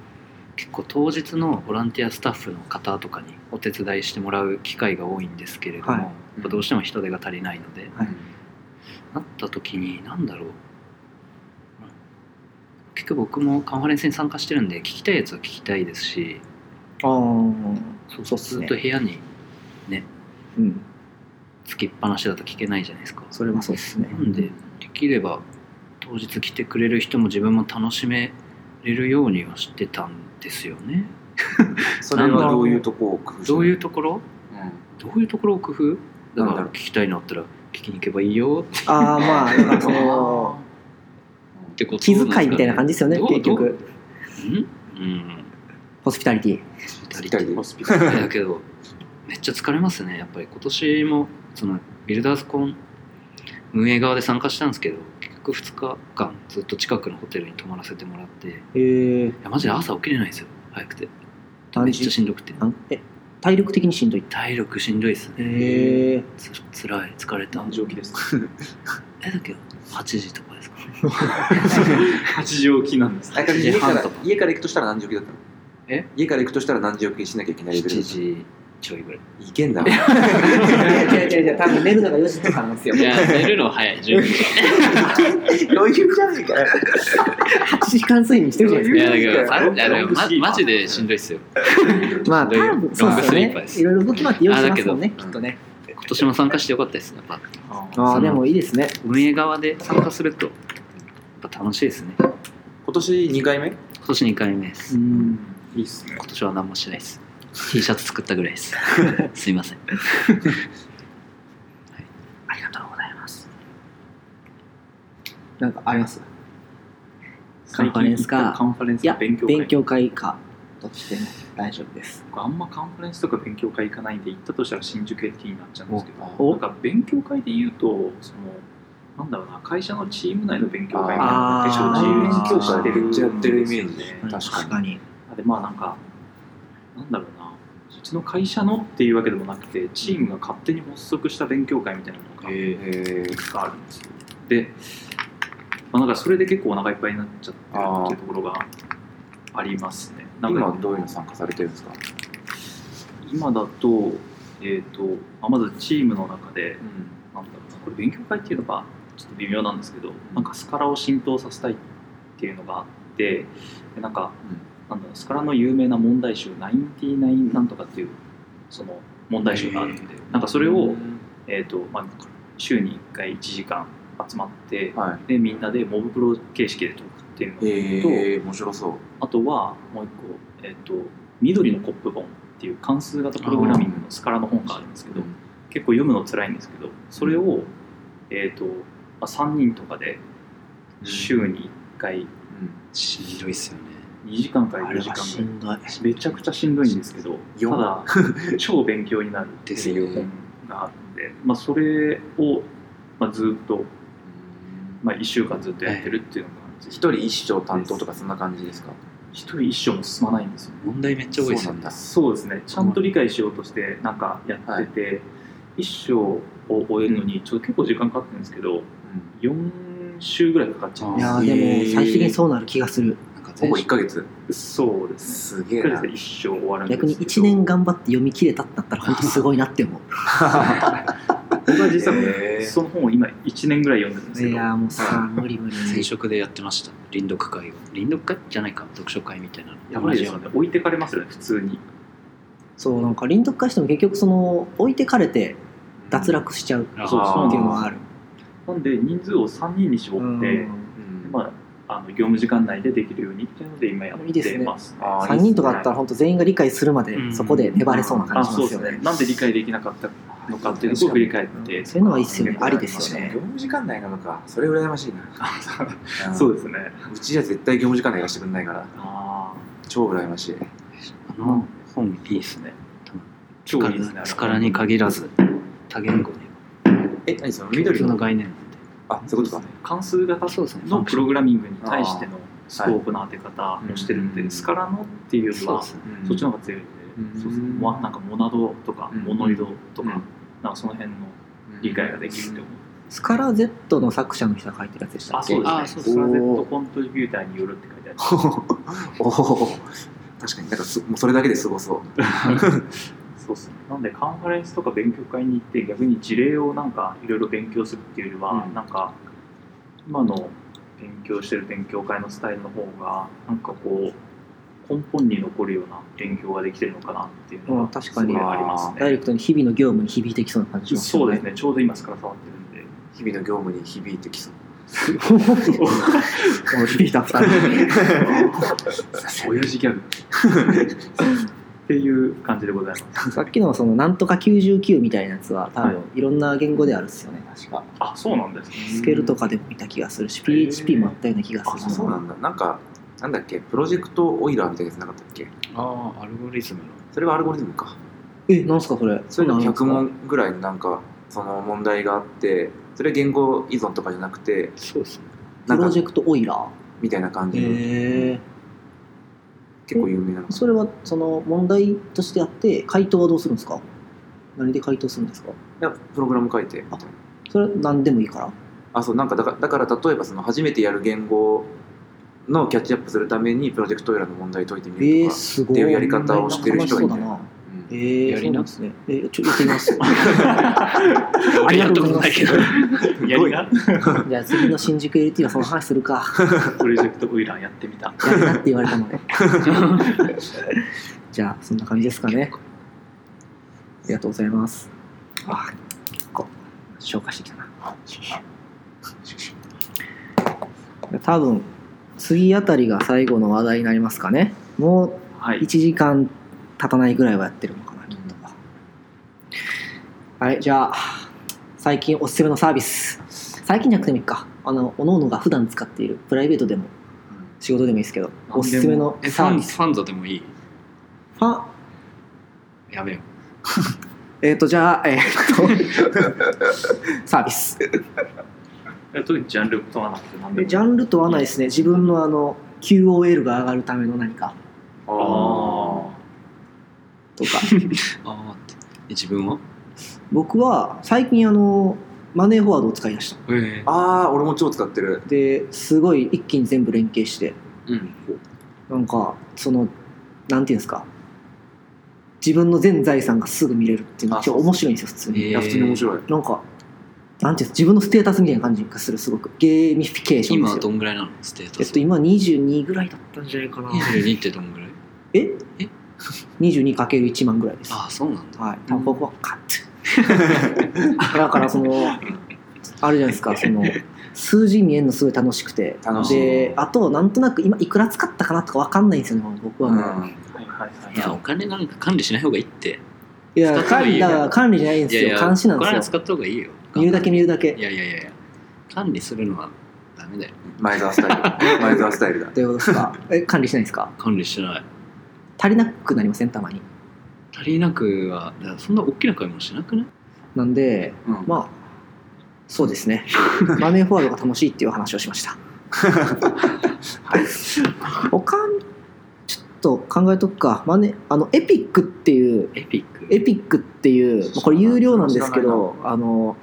Speaker 4: 結構当日のボランティアスタッフの方とかにお手伝いしてもらう機会が多いんですけれども、
Speaker 1: はい
Speaker 4: やっぱどうしても人手が足りないので、
Speaker 1: はい
Speaker 4: なった時に何だろう結局僕もカンファレンスに参加してるんで聞きたいやつは聞きたいですし
Speaker 1: ああ
Speaker 4: そう
Speaker 1: そうっすね
Speaker 4: ずっと部屋に
Speaker 1: うん
Speaker 4: つきっぱなしだと聞けないじゃないですか
Speaker 1: それはそうですね
Speaker 4: なんでできれば当日来てくれる人も自分も楽しめれるようにはしてたんですよね
Speaker 3: それはどういうとこを工夫して
Speaker 4: どういうところ
Speaker 3: うん
Speaker 4: どういうところを工夫
Speaker 3: な
Speaker 4: だ
Speaker 3: ん
Speaker 4: か
Speaker 3: だ
Speaker 4: ら
Speaker 3: ろう
Speaker 4: 聞きたいのあったら聞きに行けばいいよっ
Speaker 1: ああまあだからその
Speaker 4: てこと
Speaker 1: 気遣いみたいな感
Speaker 4: じ
Speaker 1: じですよね
Speaker 4: どう
Speaker 1: 結
Speaker 4: ど
Speaker 1: 局
Speaker 4: うん、うん、
Speaker 1: ホスピタリティ
Speaker 4: 足り
Speaker 3: 二
Speaker 4: て
Speaker 3: 人で
Speaker 2: ホスピタリティ
Speaker 4: だけどめっちゃ疲れますねやっぱり今年もそのビルダーズコン運営側で参加したんですけど結局2日間ずっと近くのホテルに泊まらせてもらってい
Speaker 1: へえ
Speaker 4: やマジで朝起きれないんですよ早くてめ
Speaker 1: 単
Speaker 4: っちゃしんどくて
Speaker 1: なんえ体力的にしんどい
Speaker 4: 体力しんどいっすね
Speaker 1: へえ
Speaker 4: つつらい疲れた
Speaker 2: 何時起きですか
Speaker 4: えだけど8時とかですか
Speaker 2: 8時起きなんです
Speaker 3: あれ家か
Speaker 4: 7時半
Speaker 3: ら
Speaker 4: とか
Speaker 3: 家から行くとしたら何時起きだったの
Speaker 4: え
Speaker 3: 家から行くとしたら何時起きしなきゃいけないレベルだ
Speaker 4: 7
Speaker 3: った
Speaker 4: 時ちょいぐらい
Speaker 3: いけんだ
Speaker 1: いやいやいやいや多分寝るのが4時とかなんですよ
Speaker 4: いや寝るのは早い10時
Speaker 3: 余裕じゃねえかよ
Speaker 1: 8時間睡眠してるじゃない
Speaker 4: い
Speaker 1: で
Speaker 4: やだけど
Speaker 3: ロング
Speaker 4: あのま
Speaker 2: スリーパー
Speaker 4: マジでしんどいっすよ
Speaker 1: すかまあ多分そうですよ
Speaker 4: ロングスリーパ
Speaker 1: ね
Speaker 4: ーです
Speaker 1: いろいろ動き回って用意しますもんね
Speaker 4: あ
Speaker 1: き
Speaker 4: だけど
Speaker 1: っとね
Speaker 4: 今年も参加してよかったですやっぱ
Speaker 1: ああ
Speaker 4: その
Speaker 1: でもいいですね
Speaker 4: 運営側で参加するとやっぱ楽しいですね
Speaker 3: 今年2回目
Speaker 4: 今年2回目です
Speaker 1: うん
Speaker 2: いいっすね
Speaker 4: 今年は何もしないです
Speaker 5: T シャツ作ったぐらいです すいません、はい、ありがとうございます
Speaker 1: なんかありますカン
Speaker 2: 最
Speaker 1: ファレン
Speaker 2: 近
Speaker 1: スか
Speaker 2: カンファレンス
Speaker 1: いや
Speaker 2: か
Speaker 1: 勉
Speaker 2: 勉
Speaker 1: 強
Speaker 2: 強
Speaker 1: 勉
Speaker 2: 会
Speaker 1: 強会かどっちでも大丈夫です
Speaker 2: 僕あんまカンファレンスとか勉強会行かないんで行ったとしたら新宿駅になっちゃうんですけ
Speaker 1: お
Speaker 2: どなんか勉強会で言うとそのなんだろうな会社のチーム内の勉強会みたい
Speaker 1: あー
Speaker 2: な結構自由に勉強してる
Speaker 3: めっちゃやってるイメージ
Speaker 2: んですよね
Speaker 3: 確かに
Speaker 1: に
Speaker 2: あでまあなんかなんだろうなうちの会社のっていうわけでもなくてチームが勝手に発足した勉強会みたいなのが
Speaker 3: え
Speaker 2: があるんですよで、まあ、なんかそれで結構お腹いっぱいになっちゃってるっていうところがありますねなんか
Speaker 3: 今どういうの参加されてるんですか、
Speaker 2: 今だと,、えーとまあまずチームの中でなんだろうなこれ勉強会っていうのがちょっと微妙なんですけどなんかスカラを浸透させたいっていうのがあってでなんか、なんだろうスカラの有名な問題集99なんとかっていうその問題集があるんでなんかそれを、えーとまあ、週に1回1時間集まって
Speaker 3: は
Speaker 2: でみんなでモブプロ形式で解くっていうの
Speaker 3: い
Speaker 2: と、
Speaker 3: えー、面白そう
Speaker 2: あとはもう一個、えっと緑のコップ本っていう関数型プログラミングのスカラの本があるんですけど、
Speaker 3: うん
Speaker 2: 結構読むの辛いんですけどそれを、えっとまあ、3人とかで週に1回
Speaker 4: しんどいっすよね
Speaker 2: 2時間から
Speaker 1: あ
Speaker 2: 4
Speaker 1: れ
Speaker 2: 時
Speaker 1: は
Speaker 2: 間
Speaker 1: し
Speaker 2: ぐらい
Speaker 1: んどい
Speaker 2: めちゃくちゃしんどいんですけどた
Speaker 3: 読む
Speaker 2: だ 超勉強になるって
Speaker 4: です
Speaker 2: い
Speaker 4: よ
Speaker 2: う本があるんで、まあ、それを、まあ、ずっと、まあ、1週間ずっとやってるっていうのが
Speaker 3: 一人一章担当とかそんな感じですか
Speaker 2: 一人一章も進まないんですよね
Speaker 4: 問題めっちゃ多いっすよね
Speaker 2: そうですねちゃんと理解しようとしてなんかやってて、一章を終えるのにちょっと結構時間かかってるんですけど4週ぐらいかかっちゃう
Speaker 1: いやー
Speaker 3: えー
Speaker 1: でも最終的にそうなる気がする
Speaker 4: なんか
Speaker 3: ほ
Speaker 4: 全
Speaker 3: ぼ
Speaker 4: 種
Speaker 3: 1ヶ月
Speaker 2: そうです
Speaker 3: すげえ
Speaker 2: ねとりあ
Speaker 3: な
Speaker 2: えず一章終わるんです
Speaker 1: 逆
Speaker 2: けど
Speaker 1: に1年頑張って読み切れたってなったら本当すごいなって 思う
Speaker 2: 僕は実は
Speaker 3: へー
Speaker 2: その本を今1年ぐらい読んでるんですけ
Speaker 1: い
Speaker 2: ど
Speaker 1: やーもうさ無理無理無
Speaker 4: 前
Speaker 1: 理
Speaker 4: 職でやってました臨読会を臨読会じゃないか読書会みたいな
Speaker 2: やばいです
Speaker 4: 同
Speaker 2: よね
Speaker 4: じような
Speaker 2: 置いてかれますよね普通に
Speaker 1: そうなんか輪読化しても結局その置いてかれて脱落しちゃうって
Speaker 4: あー
Speaker 2: そうそうなん
Speaker 1: い
Speaker 2: で
Speaker 1: う
Speaker 2: す
Speaker 1: のはある
Speaker 2: なんで人数を3人に絞って、
Speaker 3: うん
Speaker 2: まあ、あの業務時間内でできるようにっていうので今やっ
Speaker 1: いいです
Speaker 2: て
Speaker 1: ね
Speaker 2: ます
Speaker 3: あー
Speaker 1: 3人とかだったら本当全員が理解するま
Speaker 4: う
Speaker 1: で
Speaker 4: ん
Speaker 1: そこで粘れそうな
Speaker 2: あ
Speaker 1: 感じし
Speaker 2: そ
Speaker 1: ま
Speaker 2: うですす
Speaker 1: よ
Speaker 2: ね
Speaker 1: ね
Speaker 2: なんで理解できなかったのかっていうところを振り返って、
Speaker 1: そういうのはいいっすよねありです
Speaker 3: 確
Speaker 1: よ
Speaker 3: かに業
Speaker 1: ね
Speaker 3: 務時間内なのかそれ羨ましいなあー
Speaker 2: そうですね
Speaker 3: うちじゃ絶対業務時間内やらせてくれないから
Speaker 2: あ
Speaker 3: 超羨ましい
Speaker 4: あの本いいっすね
Speaker 2: 超いいですね
Speaker 4: スカラに限らず多言語で
Speaker 3: え何その
Speaker 4: 共
Speaker 3: 緑
Speaker 4: 通の
Speaker 3: の
Speaker 4: 概念なんで
Speaker 3: あそういうことか
Speaker 2: 関数型
Speaker 4: そうですね
Speaker 2: のプログラミングに対してのスコープの当て方をしてるんで、
Speaker 3: うん
Speaker 2: スカラのっていうより
Speaker 4: そう
Speaker 2: は
Speaker 4: ですね
Speaker 2: そっちの方が強いんで、
Speaker 3: うん
Speaker 2: そうですねもうなんかモナドとか
Speaker 3: うん
Speaker 2: モノイドとか、
Speaker 3: うん
Speaker 2: なんかその辺の理解ができるって思う、
Speaker 1: スカラ Z の作者の人が書いてるやつでした
Speaker 2: あ
Speaker 1: っけ
Speaker 2: そうですね
Speaker 4: あそう
Speaker 3: そう
Speaker 2: スカラ Z
Speaker 3: おー
Speaker 2: コントリビューターによるって書いてある
Speaker 3: お お確かになんかすもうそれだけですごそう
Speaker 2: そうですねなんでカンファレンスとか勉強会に行って逆に事例をなんかいろいろ勉強するっていうよりは、
Speaker 3: うん
Speaker 2: なんか今の勉強してる勉強会のスタイルの方がなんかこう根本に残るような勉強ができてるのかなっていう
Speaker 1: うん
Speaker 2: のが
Speaker 1: 確かに
Speaker 2: すごいあります
Speaker 1: ダイレ
Speaker 2: ね
Speaker 1: クトに日々の業務に響いてきそうな感じします
Speaker 2: そう
Speaker 1: よ
Speaker 2: ですねちょうど今スカラ触ってるん で
Speaker 3: 日々の業務に響いてきそう
Speaker 1: もうリピートアフター
Speaker 2: 親父ギャグっていう感じでございます
Speaker 1: さっきのそのなんとか99みたいなやつは多
Speaker 2: はい
Speaker 1: 分いろんな言語であるっすよね確か
Speaker 2: あそうなんですね
Speaker 1: スケールとかでも見た気がするし PHP もあったような気が
Speaker 3: あ
Speaker 1: す
Speaker 3: そ
Speaker 1: る
Speaker 3: う
Speaker 1: な
Speaker 3: なんだなんかなんだっけプロジェクトオイラーみたいなやつなかったっけ
Speaker 4: ああアルゴリズムの
Speaker 3: それはアルゴリズムか
Speaker 1: えなんすかそれ
Speaker 3: そういうの
Speaker 1: なんす
Speaker 3: 100
Speaker 1: か
Speaker 3: 問ぐらいなんかその問題があってそれは言語依存とかじゃなくて
Speaker 4: そうですね
Speaker 3: な
Speaker 1: プ
Speaker 3: んか
Speaker 1: ロジェクトオイラー
Speaker 3: みたいな感じの
Speaker 1: へえ
Speaker 3: 結構有名なの
Speaker 1: それはその問題としてあって回答はどうするんですか何で回答するんですか
Speaker 3: いやプログラム書いてみたいな
Speaker 1: それは何でもいいから
Speaker 3: あそうなんかだからだから例えばその初めてやる言語のキャッチアップするためにプロジェクトオイラーの問題解いてみ
Speaker 1: え
Speaker 3: ると
Speaker 1: ー、
Speaker 3: か、
Speaker 1: すごい
Speaker 3: っていうやり方をしてる人が
Speaker 1: そう
Speaker 3: いる
Speaker 1: だな
Speaker 3: うん
Speaker 1: えー、
Speaker 4: やりな
Speaker 1: そうなんですねえーちょっとやってみます
Speaker 4: ありがとうございます
Speaker 2: やりが
Speaker 1: じゃあ次の新宿 LT はその話するか
Speaker 2: プロジェクトオイラーやってみた
Speaker 1: やるなって言われた のでじゃあそんな感じですかねありがとうございますあこう消化してきたな多分次あたりが最後の話題になりますかねもう
Speaker 2: はい
Speaker 1: 1時間立たないぐらいはやってるのかな、きっと。はい、じゃあ、最近おすすめのサービス。最近じゃなくてもいいか。あの、おのおのが普段使っている、プライベートでも、仕事でもいいですけど、おすすめの
Speaker 4: えフ
Speaker 1: サー
Speaker 4: ァン
Speaker 1: ビ
Speaker 4: フ
Speaker 1: ス。
Speaker 4: ァンザでもいい
Speaker 1: ファン
Speaker 4: やめよ
Speaker 1: えっ、と、じゃあ、えっ、と、サービス。
Speaker 2: え特にジャンル問わなくて何で
Speaker 1: で
Speaker 2: も
Speaker 1: ジャンル問わないですね。自分のあの、QOL が上がるための何か
Speaker 2: あ
Speaker 1: とか。
Speaker 4: ああってえ自分は
Speaker 1: 僕は、最近あの、マネーフォワードを使い出した。
Speaker 4: ええ
Speaker 3: ああ俺も超使ってる
Speaker 1: で、すごい一気に全部連携して、
Speaker 4: うん
Speaker 1: なんか、その、なんていうんですか。自分の全財産がすぐ見れるっていうのが
Speaker 3: あ
Speaker 1: 一応面白いんですよ、普通に。
Speaker 3: いや普通に面白い
Speaker 1: なんか、なんていうんですか、自分のステータスみたいな感じがする、すごく。ゲーミフィケーションで
Speaker 4: 今
Speaker 1: す
Speaker 4: は
Speaker 1: よ。
Speaker 4: どんぐらいなのステータ
Speaker 1: えっ
Speaker 4: ス
Speaker 1: と、今22ぐらいだったんじゃないかな。
Speaker 4: 22ってどんぐらい
Speaker 1: え
Speaker 4: え
Speaker 1: 22×1 万ぐらいです。
Speaker 4: ああそうなんだ
Speaker 1: はい。タバコはカット。だ からその、あるじゃないですか、その、数字見えるのすごい楽しくて。
Speaker 3: 楽しい
Speaker 1: で、あと、なんとなく今いくら使ったかなとかわかんないんですよね、僕は
Speaker 3: う
Speaker 1: もう。
Speaker 3: ん
Speaker 2: あはいはい
Speaker 4: いや
Speaker 2: は
Speaker 4: お金なんか管理しない方がいいって
Speaker 1: いや、
Speaker 4: 使っても
Speaker 1: 管理、
Speaker 4: いいよ
Speaker 1: だから管理じゃないんですよ。監視なん
Speaker 4: お金
Speaker 1: で
Speaker 4: は
Speaker 1: す
Speaker 4: 使
Speaker 1: よ。
Speaker 4: った方がいいよ
Speaker 1: 見るだけ見るだけ
Speaker 4: い。やいやいやいや管理するのはダメだよ
Speaker 3: 前澤ス タイル前澤スタイルだ
Speaker 1: ということですか。 え、管理しないですか
Speaker 4: 管理しない
Speaker 1: 足りなくなりません、たまに。
Speaker 4: 足りなくはだからそんな大きな買い物しなくない
Speaker 1: なんで、
Speaker 3: うん
Speaker 1: まあ、そうです ね。マネーフォワードが楽しいっていう話をしました。他、ちょっと考えとくか。マネ、あの、エピックっていう、
Speaker 4: エピック
Speaker 1: エピックっていう、まあこれ有料なんですけど、あの、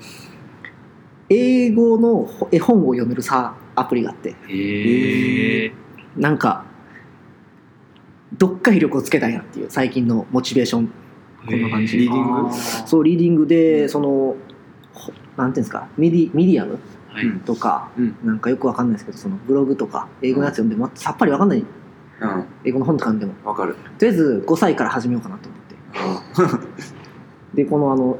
Speaker 1: 英語の絵本を読めるさ、アプリがあって、
Speaker 4: へえ
Speaker 1: なんか、どっか威力をつけたいなっていう最近のモチベーションこんな感じ
Speaker 3: リ
Speaker 2: い
Speaker 3: ーディング
Speaker 1: そうリーディングで、
Speaker 3: うん
Speaker 1: そのほなんていうんですかミディミディアム
Speaker 4: は
Speaker 3: うん
Speaker 4: い
Speaker 1: とか、
Speaker 3: うん
Speaker 1: なんかよくわかんないですけどそのブログとか英語のやつ読んでも、さっぱりわかんない
Speaker 3: うん
Speaker 1: 英語の本とか読んでも
Speaker 3: わかる
Speaker 1: とりあえず5歳から始めようかなと思ってでこのあの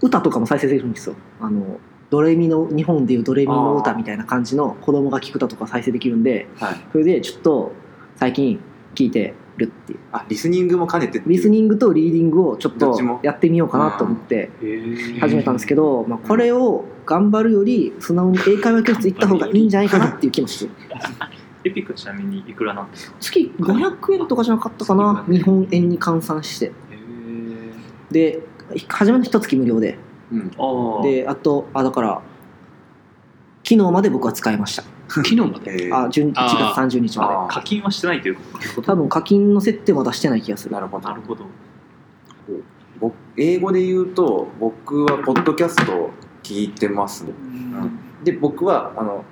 Speaker 1: 歌とかも再生できるんですよあのドレミの日本でいうドレミの歌みたいな感じの子供が聴く歌とか再生できるんで
Speaker 3: はい
Speaker 1: それでちょっと最近聴いてるっていう
Speaker 3: あリスニングも兼ねてっていう
Speaker 1: リスニングとリーディングをちょっ
Speaker 3: どっ
Speaker 1: と
Speaker 3: ちも
Speaker 1: やってみようかなと思って、
Speaker 2: い
Speaker 1: 始めたんですけど、まあ、これを頑張るより素直に英会話教室行った方がいいんじゃないかなっていう気もしてる
Speaker 2: エピックちなみにいくらなんですか
Speaker 1: 月500円とかじゃなかったかな日本円に換算してで初めの一月無料で
Speaker 3: うん
Speaker 2: ああ
Speaker 1: であとあだから昨日まで僕は使いました
Speaker 4: 昨日ま
Speaker 3: え
Speaker 4: で
Speaker 1: あ
Speaker 3: ー
Speaker 1: 11月
Speaker 4: あー
Speaker 1: 30日ま
Speaker 3: あ
Speaker 2: 課金はしてないということ
Speaker 1: で多分課金の設定まだしてない気がする
Speaker 3: なるほど
Speaker 2: なるほど
Speaker 3: 僕英語で言うと僕はポッドキャストを聞いてますねで僕はあの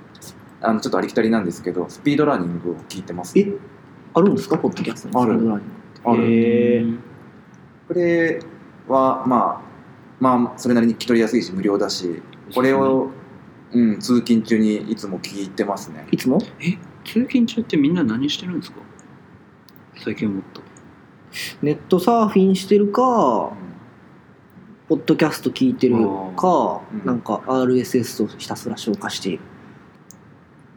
Speaker 3: あのちょっとありきたりなんですけどスピードラーニングを聞いてます
Speaker 1: えあるんですかポッドキャストに
Speaker 3: ある
Speaker 1: サウンドライン
Speaker 3: ある
Speaker 1: へー
Speaker 3: これはまあまあそれなりに聞き取りやすいし無料だしこれを、うん、通勤中にいつも聞いてますね
Speaker 1: いつも
Speaker 4: 通勤中ってみんな何してるんですか最近思った
Speaker 1: ネットサーフィンしてるかポッドキャスト聞いてるか、
Speaker 3: うん
Speaker 1: なんか RSS とひたすら消化している。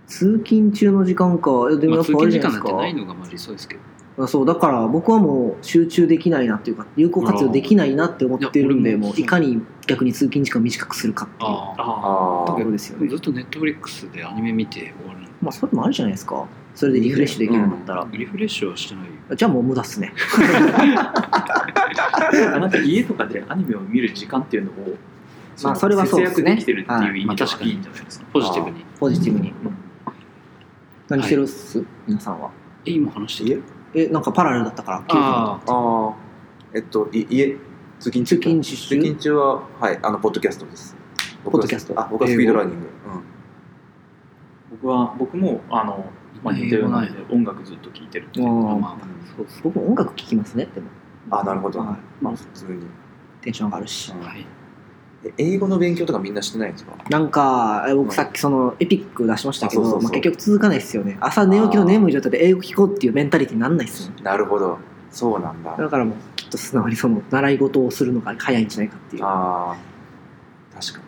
Speaker 1: 通勤中の時間か、えでも
Speaker 4: ま
Speaker 1: や
Speaker 4: あ
Speaker 1: っ
Speaker 4: 通
Speaker 1: ぱあ
Speaker 4: 勤
Speaker 1: れじ
Speaker 4: 時
Speaker 1: ゃないですか。
Speaker 4: 間なんてないのがまあ理想ですけど
Speaker 1: あそう、だから僕はもう集中できないなっていうか、有効活用できないなって思ってるん
Speaker 4: い
Speaker 1: で、
Speaker 4: や俺も
Speaker 1: もういかに逆に通勤時間を短くするかっていう
Speaker 4: あ
Speaker 2: ああ
Speaker 3: あ
Speaker 1: ところ
Speaker 3: ー
Speaker 1: ですよね
Speaker 4: ず。っとネットフリックスでアニメ見て終わる
Speaker 1: まあそれもあるじゃないですか。それでリフレッシュできるんだったら。
Speaker 4: のリフレッシュはしてないよ
Speaker 1: じゃあもう無駄っすね。
Speaker 2: なんか家とかでアニメを見る時間っていうのを
Speaker 1: まあそれはそうですね
Speaker 2: 節約できてるっていう意味で
Speaker 4: はいまあ確
Speaker 2: は
Speaker 4: かに
Speaker 2: いいんじゃないですか
Speaker 4: ポジティブに
Speaker 1: ポジティブに。何してるっす、皆さんは。
Speaker 4: え今話してる
Speaker 1: え、なんかパラレルだったから、
Speaker 4: あ
Speaker 3: あーえっとい家通勤
Speaker 1: 通
Speaker 3: 中か
Speaker 1: 勤中
Speaker 3: 通勤中ははいあのポッドキャストです僕
Speaker 1: ポ
Speaker 3: は
Speaker 1: ッドキャスト
Speaker 3: あ僕はスピードラーニング、うん
Speaker 2: 僕は僕もあの、まあ、似たようなので音楽ずっと聴いてるっていう
Speaker 1: うん
Speaker 4: あまあそうっす
Speaker 1: 僕も音楽聴きますね、でも。
Speaker 3: あなるほど、
Speaker 1: はい
Speaker 3: まあ普通に
Speaker 1: テンション上がるし。
Speaker 4: はい
Speaker 3: え英語の勉強とかみんなしてないんですか
Speaker 1: なんか、え
Speaker 3: うん
Speaker 1: 僕さっきそのエピック出しましたけど、
Speaker 3: あそうそうそう
Speaker 1: まあ、結局続かないですよね。朝寝起きの眠い状態で英語聞こうっていうメンタリティになんないですよね。
Speaker 3: なるほどそうなんだ
Speaker 1: だからもうきっと素直にその習い事をするのが早いんじゃないかっていう。あ
Speaker 3: ああ確か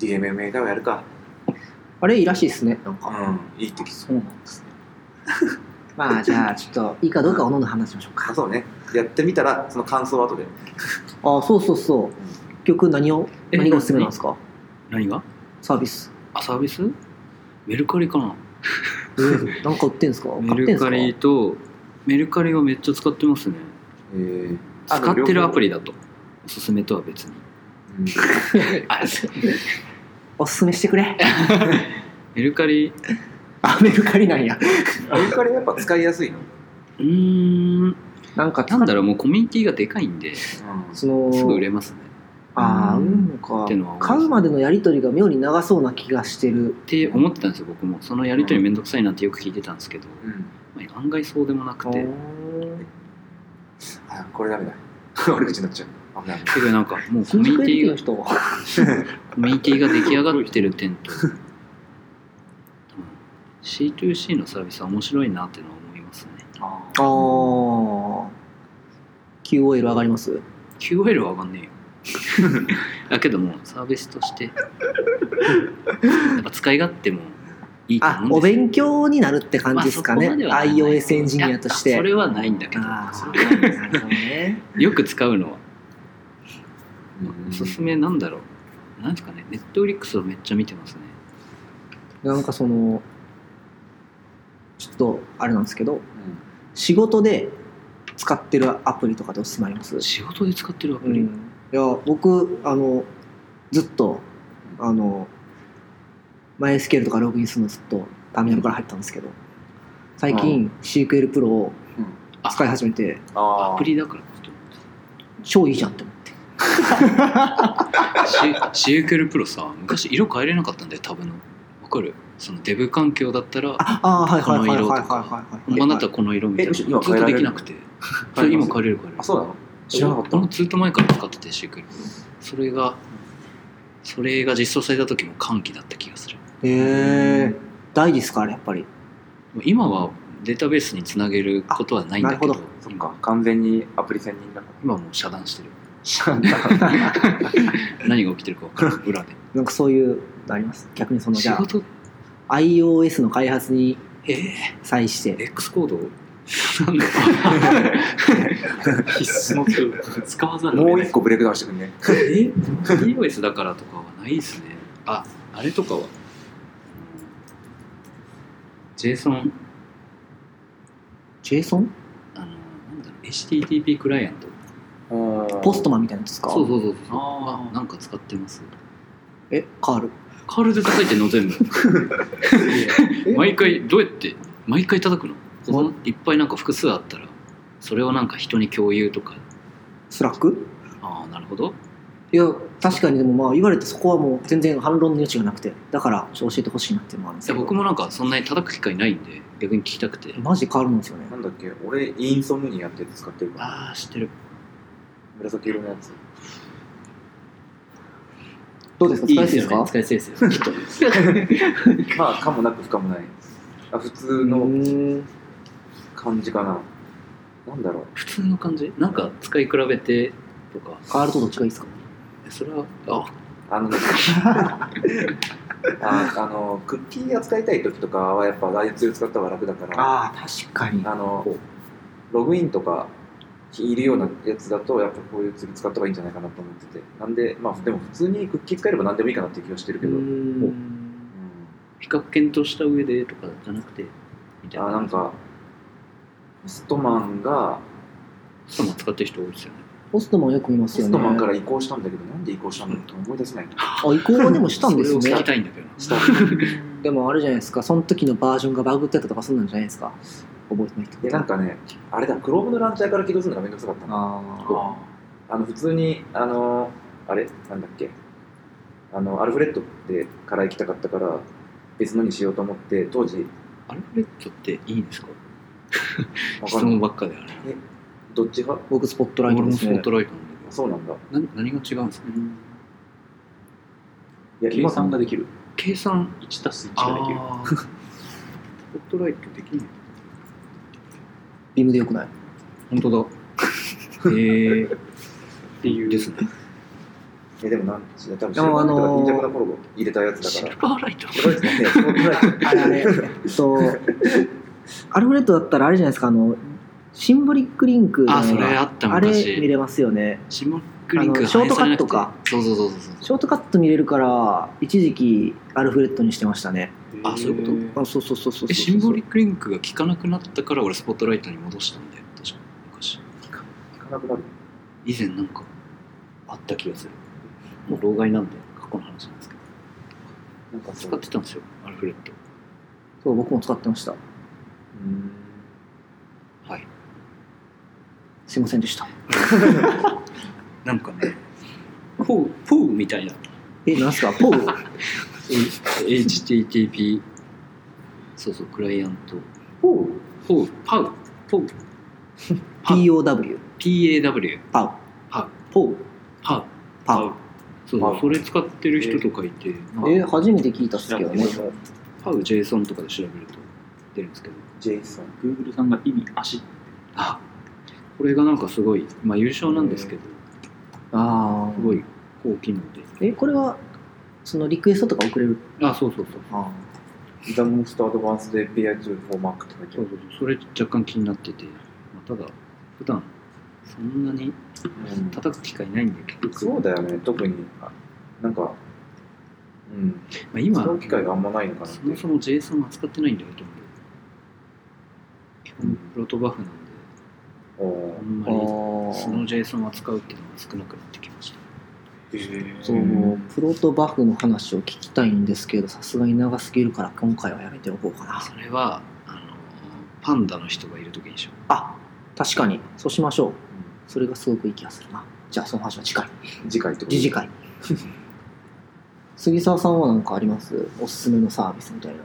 Speaker 3: に DMMA 会はやるか
Speaker 1: れいいらしいですね、なんか。
Speaker 3: うんいいって聞
Speaker 2: そうなんですね
Speaker 1: まあじゃあちょっといいかどうかおのおの話しましょう
Speaker 3: あ
Speaker 1: か。
Speaker 3: そうねやってみたらその感想を後で
Speaker 1: あそうそうそう結局何を
Speaker 4: え
Speaker 1: 何がおすすめなんですか
Speaker 4: 何が
Speaker 1: サービス
Speaker 4: あサービスメルカリかな
Speaker 1: なんか売ってんすか買
Speaker 4: メ
Speaker 1: ってん
Speaker 4: ル
Speaker 1: すか
Speaker 4: カリとメルカリをめっちゃ使ってますね
Speaker 3: あ
Speaker 4: 使ってるアプリ
Speaker 3: だ、
Speaker 4: だとおすすめとは別に
Speaker 3: うん
Speaker 4: あ
Speaker 1: おすすめしてくれ
Speaker 4: メルカリ
Speaker 1: あメルカリなんや
Speaker 3: メルカリはやっぱ使いやすいの、
Speaker 4: うーん
Speaker 1: なんか
Speaker 4: なんだろうもうコミュニティがでかいんで
Speaker 3: う
Speaker 4: す
Speaker 3: ん
Speaker 1: その
Speaker 4: ぐ売れますね
Speaker 1: ああ
Speaker 3: う
Speaker 1: うんんのか
Speaker 4: っていうのは思います
Speaker 1: 買うまでのやり取りが妙に長そうな気がしてる
Speaker 4: って思ってたんですよ僕もそのやり取りめんどくさいなってよく聞いてたんですけど、まあ案外そうでもなくて
Speaker 3: あこれダメだ 悪口になっちゃう危ない
Speaker 4: すぐなんかもうコ
Speaker 1: 新
Speaker 4: ミュ
Speaker 1: 宿
Speaker 4: ニ
Speaker 1: 駅
Speaker 4: ティ
Speaker 1: の
Speaker 4: が
Speaker 1: 人
Speaker 4: コミュニティが出来上がってる点と多分 C2C のサービスは面白いなっていうのは思いますね
Speaker 2: あ
Speaker 1: あ
Speaker 2: ー
Speaker 1: あ QOL 上がります
Speaker 4: QL は上がんねえ よだけどもサービスと してやっぱ使い勝手もいいと
Speaker 1: あ
Speaker 4: 思
Speaker 1: お
Speaker 4: うんですよ
Speaker 1: 勉強になるって感じですかね、
Speaker 4: まあそこまではない
Speaker 1: iOS エンジニアとし
Speaker 4: い
Speaker 1: て
Speaker 4: やそれはないんだけど
Speaker 1: あ
Speaker 4: そ
Speaker 1: あなるほどね
Speaker 4: れよく使うのは
Speaker 3: うん
Speaker 4: おすすめなんだろうなんですかねネットフリックスをめっちゃ見てますね
Speaker 1: なんかそのちょっとあれなんですけど仕事で使ってるアプリとかでおすすめあります
Speaker 4: 仕事で使ってるアプ
Speaker 1: う
Speaker 4: リ、
Speaker 1: ん、いや僕あのずっとあのマイスケールとかログインするのずっとターミナルから入ったんですけど最近 CQL プロを
Speaker 4: あ
Speaker 1: 使い始めて
Speaker 3: あー
Speaker 4: アプリだからちょっ
Speaker 1: 超いいじゃんって思って
Speaker 4: とシュシューケルプロさ昔色変えれなかったんだよタブのわかるそのデブ環境だったら
Speaker 1: ああはいはいはいはいはいはい
Speaker 4: 本
Speaker 1: はい
Speaker 4: 番だったらこの色みたいな
Speaker 3: え
Speaker 4: ずっ
Speaker 3: 今
Speaker 4: と
Speaker 3: 変えられ
Speaker 4: で
Speaker 3: る
Speaker 4: きなくてそれ今変えれるから
Speaker 3: あそうなの知らなかった
Speaker 4: 俺もずっと前から使っててシュークルそれがそれが実装された時も歓喜だった気がする
Speaker 1: へえ大事ですかあれやっぱり
Speaker 4: 今はデータベースにつなげることはないんだけど
Speaker 1: あなる
Speaker 3: そっか完全にアプリ専任だか
Speaker 4: 今はもう遮断してる
Speaker 3: ら
Speaker 4: 何が起きてるか分からない裏で
Speaker 1: なんかそういうのあります逆にそのじ
Speaker 4: 仕
Speaker 1: ゃ
Speaker 4: 事
Speaker 1: あ iOS の開発に
Speaker 4: ええ
Speaker 1: 際して
Speaker 4: ー、X コードなんだろ
Speaker 2: 必須のツール使わざるを
Speaker 3: もう
Speaker 2: 得な
Speaker 3: 一
Speaker 2: い
Speaker 3: 個ブレイクダウンしてくんね
Speaker 4: うえ iOS だからとかはないですねああれとかは JSON
Speaker 1: JSON?
Speaker 4: あのなんだろう HTTP クライアント
Speaker 1: ポ
Speaker 3: ポ
Speaker 1: ストマンみたいなやつですか
Speaker 4: そうそうそうそう
Speaker 2: あ
Speaker 4: あ
Speaker 2: ー
Speaker 4: なんか使ってます
Speaker 1: えカール
Speaker 4: カールで叩いてんの全部毎回どうやって毎回叩くのこのいっぱいなんか複数あったらそれをなんか人に共有とか
Speaker 1: スラック
Speaker 4: ああなるほど
Speaker 1: いや確かにでもまあ言われてそこはもう全然反論の余地がなくてだからちょっと教えてほしいなっていうのもあるんです
Speaker 4: いや
Speaker 1: けど
Speaker 4: 僕もなんかそんなに叩く機会ないんで逆に聞きたくて
Speaker 1: マジ変わるんですよね
Speaker 3: なんだっけ俺インソムニアってやつ使ってるから
Speaker 4: ああ知ってる
Speaker 3: 紫色のやつ
Speaker 1: どうですか使いやすいですか
Speaker 4: 使いやすいです よきっと
Speaker 3: まあ可もなく不可もないあ普通
Speaker 1: う
Speaker 3: の
Speaker 1: ーん
Speaker 3: 感じかななんだろう
Speaker 4: 普通の感じなんか使い比べてとか
Speaker 1: カールとどっちがいいですか
Speaker 4: それはあ
Speaker 3: あのああのクッキー扱いたい時とかはやっぱ IO2 使った方が楽だから
Speaker 1: ああ確かに
Speaker 3: あのログインとかいるようなやつだとやっぱこういうツール使った方がいいんじゃないかなと思っててなんでまあでも普通にクッキー使えれば何でもいいかなっていう気はしてるけど、うん
Speaker 4: 比較検討した上でとかじゃなくてみたい
Speaker 3: あ
Speaker 4: な
Speaker 3: なんかストマンが
Speaker 4: そういうの使ってる人多いですよね
Speaker 1: ポストマンよく見ます
Speaker 3: ス
Speaker 1: よね
Speaker 3: トマンから移行したんだけどなんで移行したんだろうと思い出せない
Speaker 1: あ移行はでもしたんです
Speaker 4: それを聞
Speaker 1: ね
Speaker 4: きたいんだけどな
Speaker 3: した
Speaker 1: でもあれじゃないですかその時のバージョンがバグってたとかそうなんじゃないですか覚えてない人
Speaker 3: でなんかねあれだ Chrome のランチャーから起動するのがめんどくさかったの
Speaker 1: あ
Speaker 3: あの普通にあのあれなんだっけあのアルフレッドってから行きたかったから別のにしようと思って当時
Speaker 4: アルフレッドっていいんですか
Speaker 3: わ
Speaker 4: 質
Speaker 3: かんない
Speaker 4: 問ばっかであれ
Speaker 3: どっちが
Speaker 1: 僕スポットライ
Speaker 4: 俺
Speaker 1: トで
Speaker 4: も
Speaker 1: す
Speaker 4: スポッ
Speaker 1: ね
Speaker 4: トライトなんだ
Speaker 3: そうなんだ
Speaker 4: けどな何が違うんですか
Speaker 3: いや
Speaker 2: 計算がで
Speaker 3: き
Speaker 2: きる
Speaker 4: 計算
Speaker 2: 1たす1ができる
Speaker 4: あースポットライトできない
Speaker 1: ビームでよくない
Speaker 4: 本当だ へえ
Speaker 2: っていう
Speaker 4: ですね
Speaker 3: えでもなんち多分
Speaker 1: でもあのー
Speaker 3: シルバーライトが貧弱な頃入れたやつ
Speaker 4: シ
Speaker 3: だ
Speaker 4: ル
Speaker 3: か
Speaker 4: バーライト
Speaker 3: らこれですねスポットライト
Speaker 1: あれあれえっとアルフレッドだったらあれじゃないですかあのシンボリックリンクの
Speaker 4: あそ
Speaker 1: 映
Speaker 4: れ
Speaker 1: 画
Speaker 4: あった
Speaker 1: あれ見
Speaker 4: 昔
Speaker 1: れますよね
Speaker 4: シモックリン
Speaker 1: あ
Speaker 4: ク
Speaker 1: のショートカットか
Speaker 4: 反映されなくてそうそうそうそう
Speaker 1: ショートカット見れるから一時期アルフレッドにしてましたね
Speaker 4: あそういうこと
Speaker 1: あそうそうそうそうそう
Speaker 4: えシンボリックリンクが効かなくなったから俺スポットライトに戻したんだよ確か昔
Speaker 3: 聞かなくなる
Speaker 4: 以前なんかあった気がするもう老害なんで過去の話なんですけ
Speaker 3: な
Speaker 4: ど
Speaker 3: んかそ
Speaker 4: 使っ
Speaker 3: う
Speaker 4: てたんですよアルフレッド
Speaker 1: そう僕も使ってました
Speaker 3: うん
Speaker 4: はい
Speaker 1: すいませんでした
Speaker 4: なんかねポーポーみたいな
Speaker 1: えなんすか ポー
Speaker 4: HTTP そうそうクライアント
Speaker 1: ポー
Speaker 4: ポーパウポーパウ
Speaker 1: POW
Speaker 4: PAW
Speaker 1: パウ
Speaker 4: パウ
Speaker 1: ポー
Speaker 4: パウ
Speaker 1: パウ
Speaker 4: そう
Speaker 3: パ
Speaker 4: そ
Speaker 3: ウ
Speaker 4: うそれ使ってる人とかいて、
Speaker 1: え
Speaker 4: なんか
Speaker 1: 初めて聞いたっすけどね
Speaker 2: 調
Speaker 4: パウ JSON とかで調べると出るんですけど
Speaker 3: ジェイソン
Speaker 2: Google さんが意味足
Speaker 4: あこれがなんかすごいまあ優勝なんですけど
Speaker 1: あ
Speaker 4: すごい高機能で
Speaker 1: あえこれはそのリクエストとか送れる
Speaker 4: あそうそうそう
Speaker 1: あ
Speaker 3: ザ・モースト・アドバンスで PI2 フォーマークって書いてあ
Speaker 4: そう
Speaker 3: る
Speaker 4: そうそうそれ若干気になってて、まあ、ただ普段そんなに
Speaker 3: うん
Speaker 4: 叩く機会ないんで結局、
Speaker 3: そうだよね特にあなんかうん
Speaker 4: まあ、今
Speaker 3: 使う機会があんまないのかなって
Speaker 4: そもそも JSON 扱ってないんだよほとんど基本プロトバフなんで
Speaker 3: おー
Speaker 4: あんまりその
Speaker 1: あ
Speaker 4: JSON を扱うっていうのが少なくなってきました
Speaker 1: そのプロとバフの話を聞きたいんですけどさすがに長すぎるから今回はやめておこうかな
Speaker 4: それはあのパンダの人がいる時にしよう
Speaker 1: あ確かにそうしましょうそれがすごくいい気がするなじゃあその話は次回
Speaker 3: 次回ってこと
Speaker 1: 次次回杉沢さんは何かありますおすすめのサービスみたいな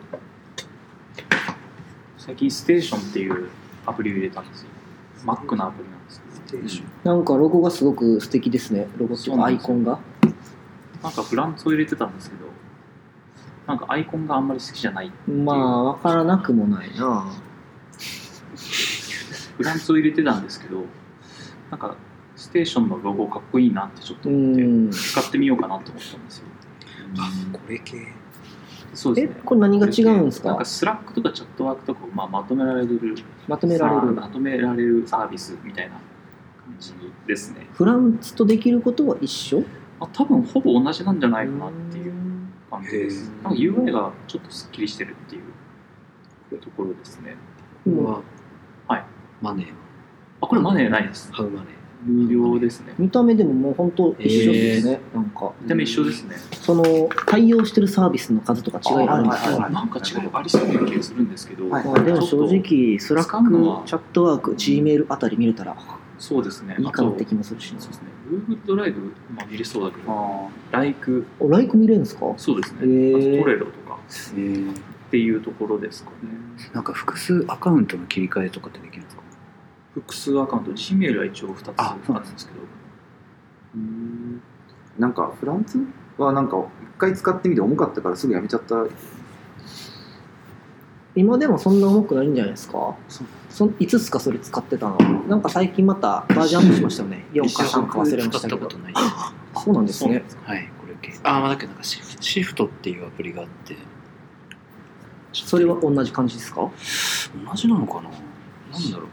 Speaker 2: 最近ステーションっていうアプリを入れたんですよ Mac のアプリなんですけど
Speaker 1: なんかロゴがすごく素敵ですねロゴってい
Speaker 2: そうう
Speaker 1: か
Speaker 2: な
Speaker 1: ア
Speaker 2: ん
Speaker 1: イ
Speaker 2: です
Speaker 1: コ
Speaker 2: よ
Speaker 1: ンが
Speaker 2: なんかフランツを入れてたんですけどなんかアイコンがあんまり好きじゃない
Speaker 1: まあわからなくもないな
Speaker 2: フランツを入れてたんですけどなんかステーションのロゴかっこいいなってちょっと
Speaker 1: う
Speaker 2: 思って
Speaker 1: ん
Speaker 2: 使ってみようかなと思ったんですよ
Speaker 4: これ系
Speaker 2: そうで
Speaker 1: え
Speaker 2: すね
Speaker 1: これ何が違うんです
Speaker 2: なん
Speaker 1: か
Speaker 2: かスラックとかチャットワークとかをまあまとめられる
Speaker 1: まとめられ
Speaker 2: さあ
Speaker 1: る
Speaker 2: まとめられるサービスみたいな感じですね、
Speaker 1: フランスとできることは一緒
Speaker 2: まあ、多分ほぼ同じなんじゃないかなっていう感じです
Speaker 4: うん
Speaker 2: なんか UI がちょっとすっきりしてるっていうところですね
Speaker 1: う
Speaker 4: こ
Speaker 1: ん
Speaker 4: れは、
Speaker 2: はい、
Speaker 4: マネー
Speaker 2: あこれマネーないです
Speaker 4: ハウマネ
Speaker 2: 無料ですね
Speaker 1: 見た目でももう本当一緒ですね、なんか
Speaker 2: でも一緒ですね
Speaker 1: その対応してるサービスの数とか違いあるんです
Speaker 3: はいはい
Speaker 1: か
Speaker 3: はい
Speaker 2: なんか違いありそうな気がするんですけど、
Speaker 3: はい
Speaker 1: まあ、でも
Speaker 2: ちょ
Speaker 1: 正
Speaker 2: っと
Speaker 1: 直スラッ
Speaker 2: 使うのは
Speaker 1: クチャットワーク G メールあたり見れたら
Speaker 2: そうですね
Speaker 1: いいかなって
Speaker 2: あと
Speaker 1: 気もするしな
Speaker 2: そうですね Google ドライブ、まあ、見れそうだけど
Speaker 3: あ
Speaker 2: Like
Speaker 1: おライク見れるんですか
Speaker 2: そうですね
Speaker 1: へー
Speaker 2: あとトレロとか
Speaker 4: ー
Speaker 2: っていうところですかね
Speaker 4: なんか複数アカウントの切り替えとかってできるんですか
Speaker 2: 複数アカウント G メールは一応2つあ
Speaker 4: あそう
Speaker 2: る
Speaker 4: なんん
Speaker 2: ですけど
Speaker 3: ーなんかフランツはなんか一回使ってみて重かったからすぐやめちゃった
Speaker 1: 今でもそんな重くないんじゃないですか
Speaker 3: そ
Speaker 1: そいつっすかそれ使ってたのなんか最近またバージョンアップしましたよね4か3か忘れましたけ
Speaker 4: 使ったこ
Speaker 1: ど
Speaker 4: とないです
Speaker 1: そうなんです
Speaker 2: そうなん
Speaker 1: ね
Speaker 2: です
Speaker 4: はい、これ系。ああ、まあだけどなんかシフシフトっていうアプリがあって、
Speaker 1: それは同じ感じですか
Speaker 4: 同じなのかななんだろう、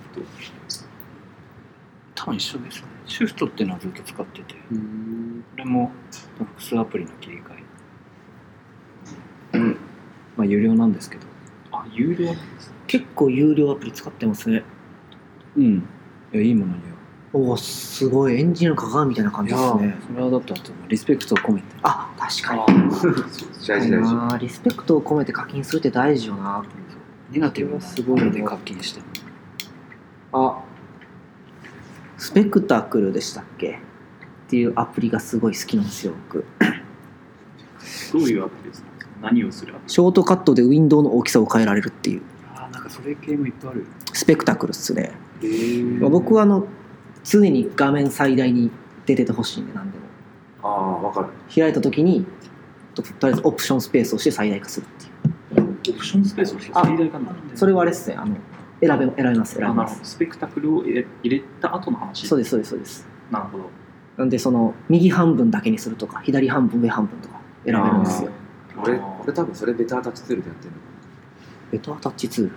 Speaker 4: 多分一緒ですね。シフトっていうのはずっと使ってて、これも複数アプリの切り替え。うん。まあ、有料なんですけど。
Speaker 2: あ有料なんですね
Speaker 1: 結構有料アプリ使ってますね
Speaker 4: うん。いや、いいものに
Speaker 1: おおすごいエンジニアの鏡みたいな感
Speaker 4: は。い
Speaker 1: じ
Speaker 4: や
Speaker 1: ですね
Speaker 4: ー、それはだって、あとリスペクトを込めて。
Speaker 1: あ確かに
Speaker 3: 大事大事
Speaker 1: あーリスペクトを込めて課金するって大事よな
Speaker 4: ネガティブな
Speaker 1: すごいね
Speaker 4: ので課金しても。
Speaker 1: あスペクタクルでしたっけっていうアプリがすごい好きなんですよ僕
Speaker 2: どういうアプリですか何をするアプリ
Speaker 1: ショートカットでウィンドウの大きさを変えられるっていう
Speaker 4: ああ、なんかそれ系もいっぱいある。
Speaker 1: スペクタクルっすね、
Speaker 3: ー
Speaker 1: まあ、僕はあの常に画面最大に出ててほしいんで何でも
Speaker 3: ああわかる
Speaker 1: 開いた時にととりあえずオプションスペースをして最大化するっていう
Speaker 2: オプションスペースをして
Speaker 1: あ
Speaker 2: 最大化になるんで
Speaker 1: それはあれっすねあの選べ選べます選べ
Speaker 2: あな
Speaker 1: ま
Speaker 2: るほ
Speaker 1: す
Speaker 2: どスペクタクルを入れ入れた後の話
Speaker 1: そうですそうですそうです
Speaker 2: なるほど
Speaker 1: なんでその右半分だけにするとか左半分上半分とか選べるんですよ
Speaker 3: 俺
Speaker 2: あー
Speaker 3: 俺多分それベタータッチツールでやってるの
Speaker 1: ベタアタッチツール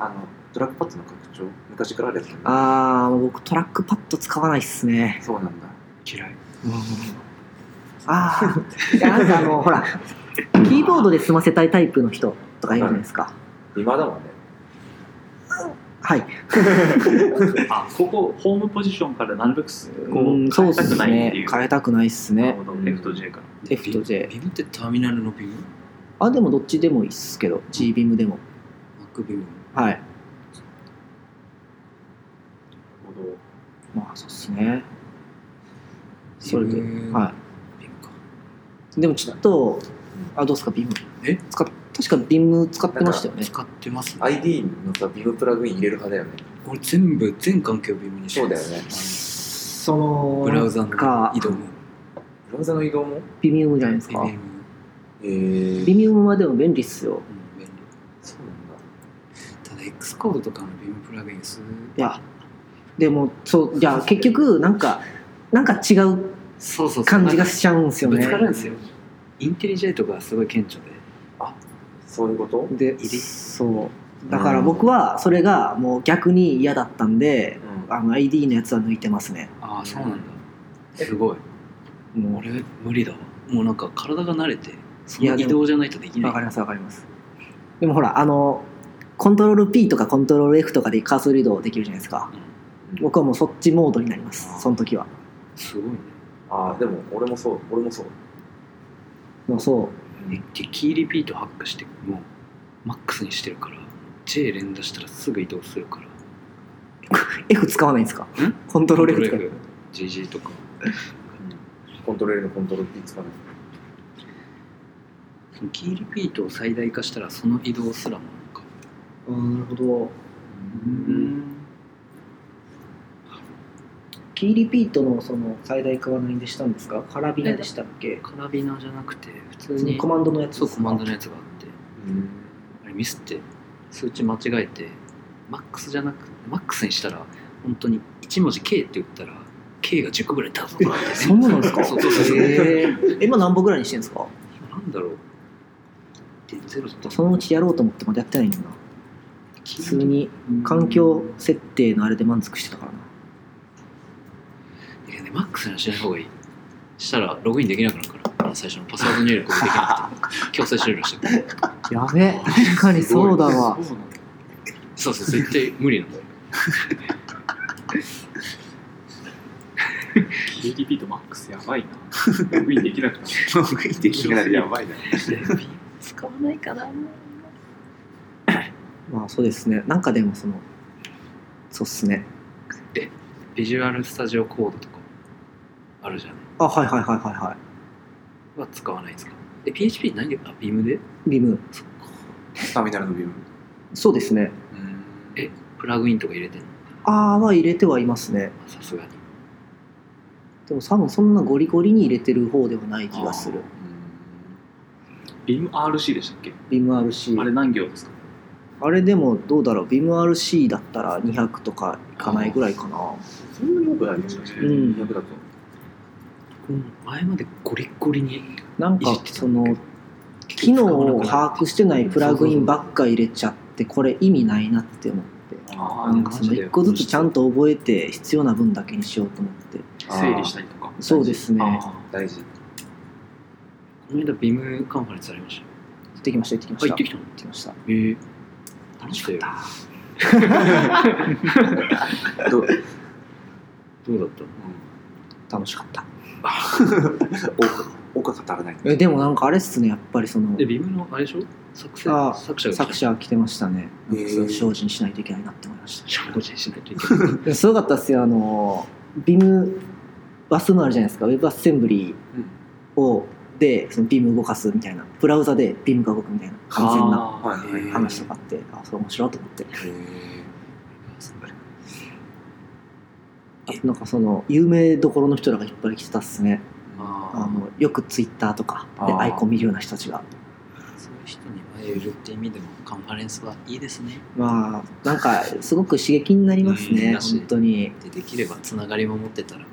Speaker 3: あのトラックパッドの拡張昔からあるやつだね
Speaker 1: あー、僕トラックパッド使わないっすね。
Speaker 3: そうなんだ
Speaker 4: 嫌い
Speaker 1: ああ、いやなんかあの、ほら、キーボードで済ませたいタイプの人とかいるじゃないですか。
Speaker 3: 今だもんね
Speaker 1: はい。
Speaker 2: あここホームポジションからなるべくこ
Speaker 1: うん
Speaker 2: う
Speaker 1: そう
Speaker 2: 変え
Speaker 1: で
Speaker 2: たく
Speaker 1: す
Speaker 2: ないってい
Speaker 1: ね
Speaker 2: う。
Speaker 1: 変えたくないっす
Speaker 2: な
Speaker 1: ね
Speaker 2: る。ほど
Speaker 4: うん
Speaker 2: F と J か
Speaker 1: F と J。
Speaker 6: ビムってターミナルのビム
Speaker 1: あ、でもどっちでもいいっすけど、G ビームでも。
Speaker 6: マックビム
Speaker 1: はい。
Speaker 2: なるほど
Speaker 1: まあ、そうっすね。それで、
Speaker 6: うん
Speaker 1: は
Speaker 6: ビムか
Speaker 1: い。でもちょっと、あ、どうっすか、ビーム。
Speaker 6: え
Speaker 1: 使っ確かビーム使ってましたよね。
Speaker 6: 使ってますね
Speaker 3: ID のさビムプラグイン入れる派だよね
Speaker 6: 俺全部全環境をビムにしてます
Speaker 3: そうだよね
Speaker 1: その
Speaker 6: あのブラウザ
Speaker 1: か
Speaker 6: の移動も
Speaker 3: ブラウザの移動も
Speaker 1: ビミウムじゃないですか。
Speaker 6: ビム
Speaker 3: えー
Speaker 1: ビミウムはでも便利っすよ。
Speaker 6: うん便利
Speaker 3: そ
Speaker 6: た
Speaker 3: うな
Speaker 6: だ X コードとかのビムプラグインす
Speaker 1: いや、でも、そう、じゃあ結局、なんか、なんか違う
Speaker 4: そうそうそう
Speaker 1: 感じがしちゃうんですよ
Speaker 4: ぶ
Speaker 1: ね
Speaker 4: つ。かるんですよインテリジェイトがすごい顕著で
Speaker 3: んだそういうこと
Speaker 1: で、そう。だから僕は、それがもう逆に嫌だったんで、あの ID のやつは抜いてますね。
Speaker 4: ああそうなんだすごい
Speaker 1: も
Speaker 4: 俺無理だわもうなんか体が慣れてそ
Speaker 1: いや
Speaker 4: の
Speaker 1: で
Speaker 4: 移
Speaker 1: も
Speaker 4: 動じゃないとでき
Speaker 1: う、
Speaker 4: な
Speaker 1: わ
Speaker 4: い
Speaker 1: かりますわかります。でもほら、あの、コントロール P とかコントロール F とかでカーソル移動できるじゃないですか。僕はもうそっちモードになります、その時は。
Speaker 4: すごいね
Speaker 3: ああでも俺もそう俺もそう
Speaker 1: もうそう。
Speaker 4: えでキーリピートハックしてもうマックスにしてるから J 連打したらすぐ移動するから
Speaker 1: F 使わないんですかコントロール F 使う。
Speaker 4: GG とか
Speaker 3: コントロールのコントロール P 使わない
Speaker 4: そのキーリピートを最大化したらその移動すらもなんか
Speaker 1: あなるほど。
Speaker 2: うん
Speaker 1: キーリピートのその最大化は何でしたんですかカラビナでしたっけ
Speaker 4: カラビナじゃなくて普通
Speaker 1: 普通
Speaker 4: に
Speaker 1: にコマンドのやつ
Speaker 4: そうコマンド
Speaker 1: ね
Speaker 4: のやつがあってあれミスって数値間違えてマックスじゃなくマックスにしたら本当に1文字 K って打ったら K が10個ぐらい出すとかあってね
Speaker 1: そうなんですか
Speaker 4: そうそうそうそう
Speaker 1: へー今何本ぐらいにしてるんですか
Speaker 4: なんだろうでゼロだった
Speaker 1: そのうちやろうと思ってまだやってないんだな
Speaker 4: キ
Speaker 1: 普
Speaker 4: ー
Speaker 1: 通に環境設定のあれで満足してたからない
Speaker 4: やねマックスにはしない方がいいしたらログインできなくなるからあの最初のパスワード入力ができなくて強制終了してる
Speaker 1: やべ確かにそうだわ
Speaker 2: そうなんだ
Speaker 4: そうそう絶対無理なんだよ
Speaker 2: キーリピートマックスやばいなログインできなくなる
Speaker 3: ログインできな りやばいな
Speaker 5: 使わないかな。
Speaker 1: まあそうですねなんかでもそのそうっすね
Speaker 4: ビジュアルスタジオコードとかあるじゃん
Speaker 1: あはいはいはいはいは
Speaker 4: は使わないんですかえ PHP 何であビームで
Speaker 1: いビーム
Speaker 4: そっか
Speaker 3: ターミナルのビム
Speaker 1: そうですね
Speaker 4: えプラグインとか入れてんの
Speaker 1: ああは入れてはいますね
Speaker 4: さすがに
Speaker 1: でも多分そんなゴリゴリに入れてる方ではない気がする
Speaker 2: ビーム RC でしたっけ
Speaker 1: ビーム RC
Speaker 2: あれ何行ですか
Speaker 1: あれでもどうだろうビーム RC だったら200とかいかないぐらいかな
Speaker 3: そんなに多くないもしかして
Speaker 1: うん
Speaker 3: 200だと
Speaker 4: 前までゴリッゴリに
Speaker 1: なん
Speaker 4: いじ
Speaker 1: か
Speaker 4: ってた
Speaker 1: そ
Speaker 4: んだけ
Speaker 1: の
Speaker 4: ど
Speaker 1: 機能を把握してないプラグインばっか入れちゃってこれ意味ないなって思って
Speaker 2: あ
Speaker 1: なんかその
Speaker 2: マジで
Speaker 1: 1個ずつちゃんと覚えて必要な分だけにしようと思って
Speaker 2: 整理したりとか
Speaker 1: そうですね
Speaker 2: あ
Speaker 3: 大事
Speaker 4: この間ビームカンファレンスありましたよ
Speaker 1: 行ってきました行ってきま
Speaker 4: あ
Speaker 1: し
Speaker 4: 行
Speaker 1: た
Speaker 4: ってきたの
Speaker 1: 行ってきました
Speaker 4: えー、楽しかったよ
Speaker 3: ど
Speaker 4: どうだったの
Speaker 1: 楽しかった
Speaker 3: 多か足らない
Speaker 1: えでもなんかあれっすねやっぱりその
Speaker 4: でビームのあれでしょ作成
Speaker 1: あー
Speaker 4: 作者が来た
Speaker 1: 作者来てましたね
Speaker 3: へー
Speaker 1: なんか精進しないといけないなって思いました
Speaker 4: 承認しないといけない
Speaker 1: でもすごかったっすよあのビムバスのあるじゃないですかウェブアッセンブリーをでそのビーム動かすみたいなブラウザでビームが動くみたいな
Speaker 2: ー
Speaker 1: 完全な
Speaker 2: あー
Speaker 3: はいはいはい
Speaker 1: 話とかあってあそれ面白いと思ってあとなんかその有名どころの人らがいっぱい来てたっすねあ
Speaker 4: あ
Speaker 1: のよくツイッターとかで
Speaker 3: あー
Speaker 1: アイコン見るような人たちが
Speaker 6: そういう人に前売るって意味でもカンファレンスはいいですね
Speaker 1: まあなんかすごく刺激になります
Speaker 6: うん
Speaker 1: ね
Speaker 6: らしい
Speaker 1: 本当に
Speaker 6: でできればつながりも持ってたら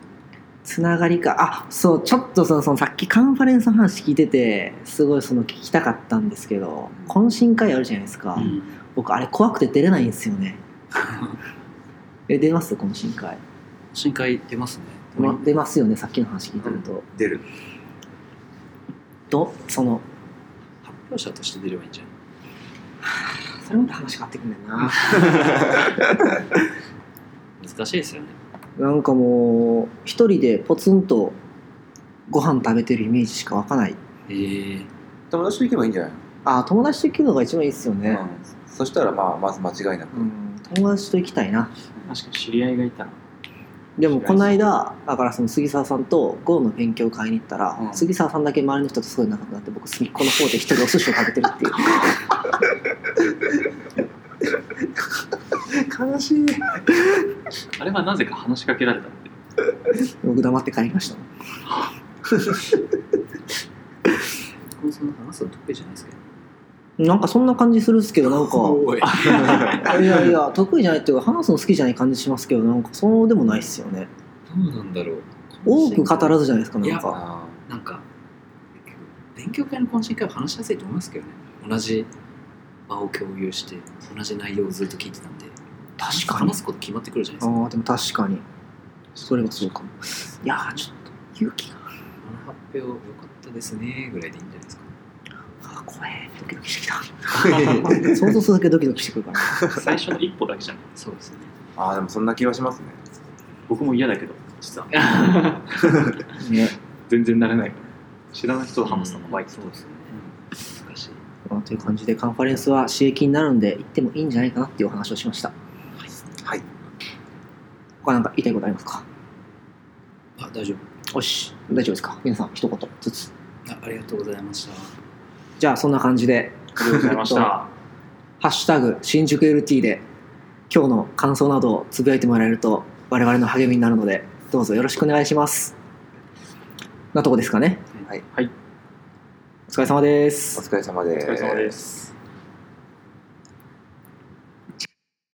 Speaker 1: つながりかあそうちょっとそのそのさっきカンファレンスの話聞いててすごいその聞きたかったんですけど懇親会あるじゃないですか、
Speaker 4: あうん
Speaker 1: 僕あれ怖くて出れないんですよねえ出ますこの深海、
Speaker 4: 深海出ますね。
Speaker 1: ま出ますよねさっきの話聞いてると、
Speaker 3: 出る
Speaker 1: とその
Speaker 4: 発表者として出ればいいんじゃない
Speaker 1: それまで話変わってくんだよな
Speaker 4: 難しいですよね。
Speaker 1: なんかもう一人でポツンとご飯食べてるイメージしか湧かない
Speaker 4: ええ
Speaker 3: 友達と行けばいいんじゃない
Speaker 1: ああ友達と行くのが一番いいっすよね、
Speaker 3: うん、そしたらまあまず間違いなく、
Speaker 1: うん、友達と行きたいな
Speaker 2: 確かに知り合いがいたら
Speaker 1: でもこの間だからその杉沢さんと GO の勉強会に行ったら、
Speaker 3: うん
Speaker 1: 杉沢さんだけ周りの人とすごい仲良くなって僕隅っこの方で一人でお寿司を食べてるっていう悲しい
Speaker 2: あれはなぜか話しかけられたって
Speaker 1: 僕黙って帰りました
Speaker 4: 僕もそんな話すの得意じゃないですけど。
Speaker 1: なんかそんな感じするっすけどなんか
Speaker 4: おい。
Speaker 1: いやいや得意じゃないっていうか話すの好きじゃない感じしますけどなんかそうでもないっすよね
Speaker 4: どうなんだろう。
Speaker 1: 多く語らずじゃないですか
Speaker 4: い
Speaker 1: な
Speaker 4: や
Speaker 1: んか
Speaker 3: あ
Speaker 4: なんか勉強会の懇親会は話しやすいと思いますけどね同じ場を共有して同じ内容をずっと聞いてたんで
Speaker 1: 確かに
Speaker 4: 話すこと決まってくるじゃない
Speaker 1: あ
Speaker 4: ですか
Speaker 1: ーでも確かにそれはそうかもいやーちょっと勇気が
Speaker 4: この発表良かったですねぐらいでいいんじゃないですか
Speaker 1: あー怖えドキドキしてきた想像するだけドキドキしてくるから
Speaker 2: 最初の一歩だけじゃない
Speaker 4: そうですね
Speaker 3: あーでもそんな気はしますね
Speaker 2: 僕も嫌だけど 実は
Speaker 1: ね
Speaker 2: 全然慣れないから知らない人と話すのも怖い
Speaker 4: そうですね難しい
Speaker 1: まあという感じでカンファレンスは刺激になるんで行ってもいいんじゃないかなっていうお話をしました
Speaker 3: はい
Speaker 1: 他なんか言いたいことありますか
Speaker 4: あ大丈
Speaker 1: よし大丈夫ですか皆さん一言ずつ
Speaker 4: 夫あありがとうございました
Speaker 1: じゃあそんな感じで
Speaker 2: ありがとうございました
Speaker 1: ハッシュタグ新宿 LT で今日の感想などをつぶやいてもらえると我々の励みになるのでどうぞよろしくお願いします。なとこですかね。
Speaker 3: はい。
Speaker 2: はい
Speaker 1: お疲れ様で
Speaker 3: お
Speaker 1: す。
Speaker 3: 疲れ様で
Speaker 2: お疲れ様です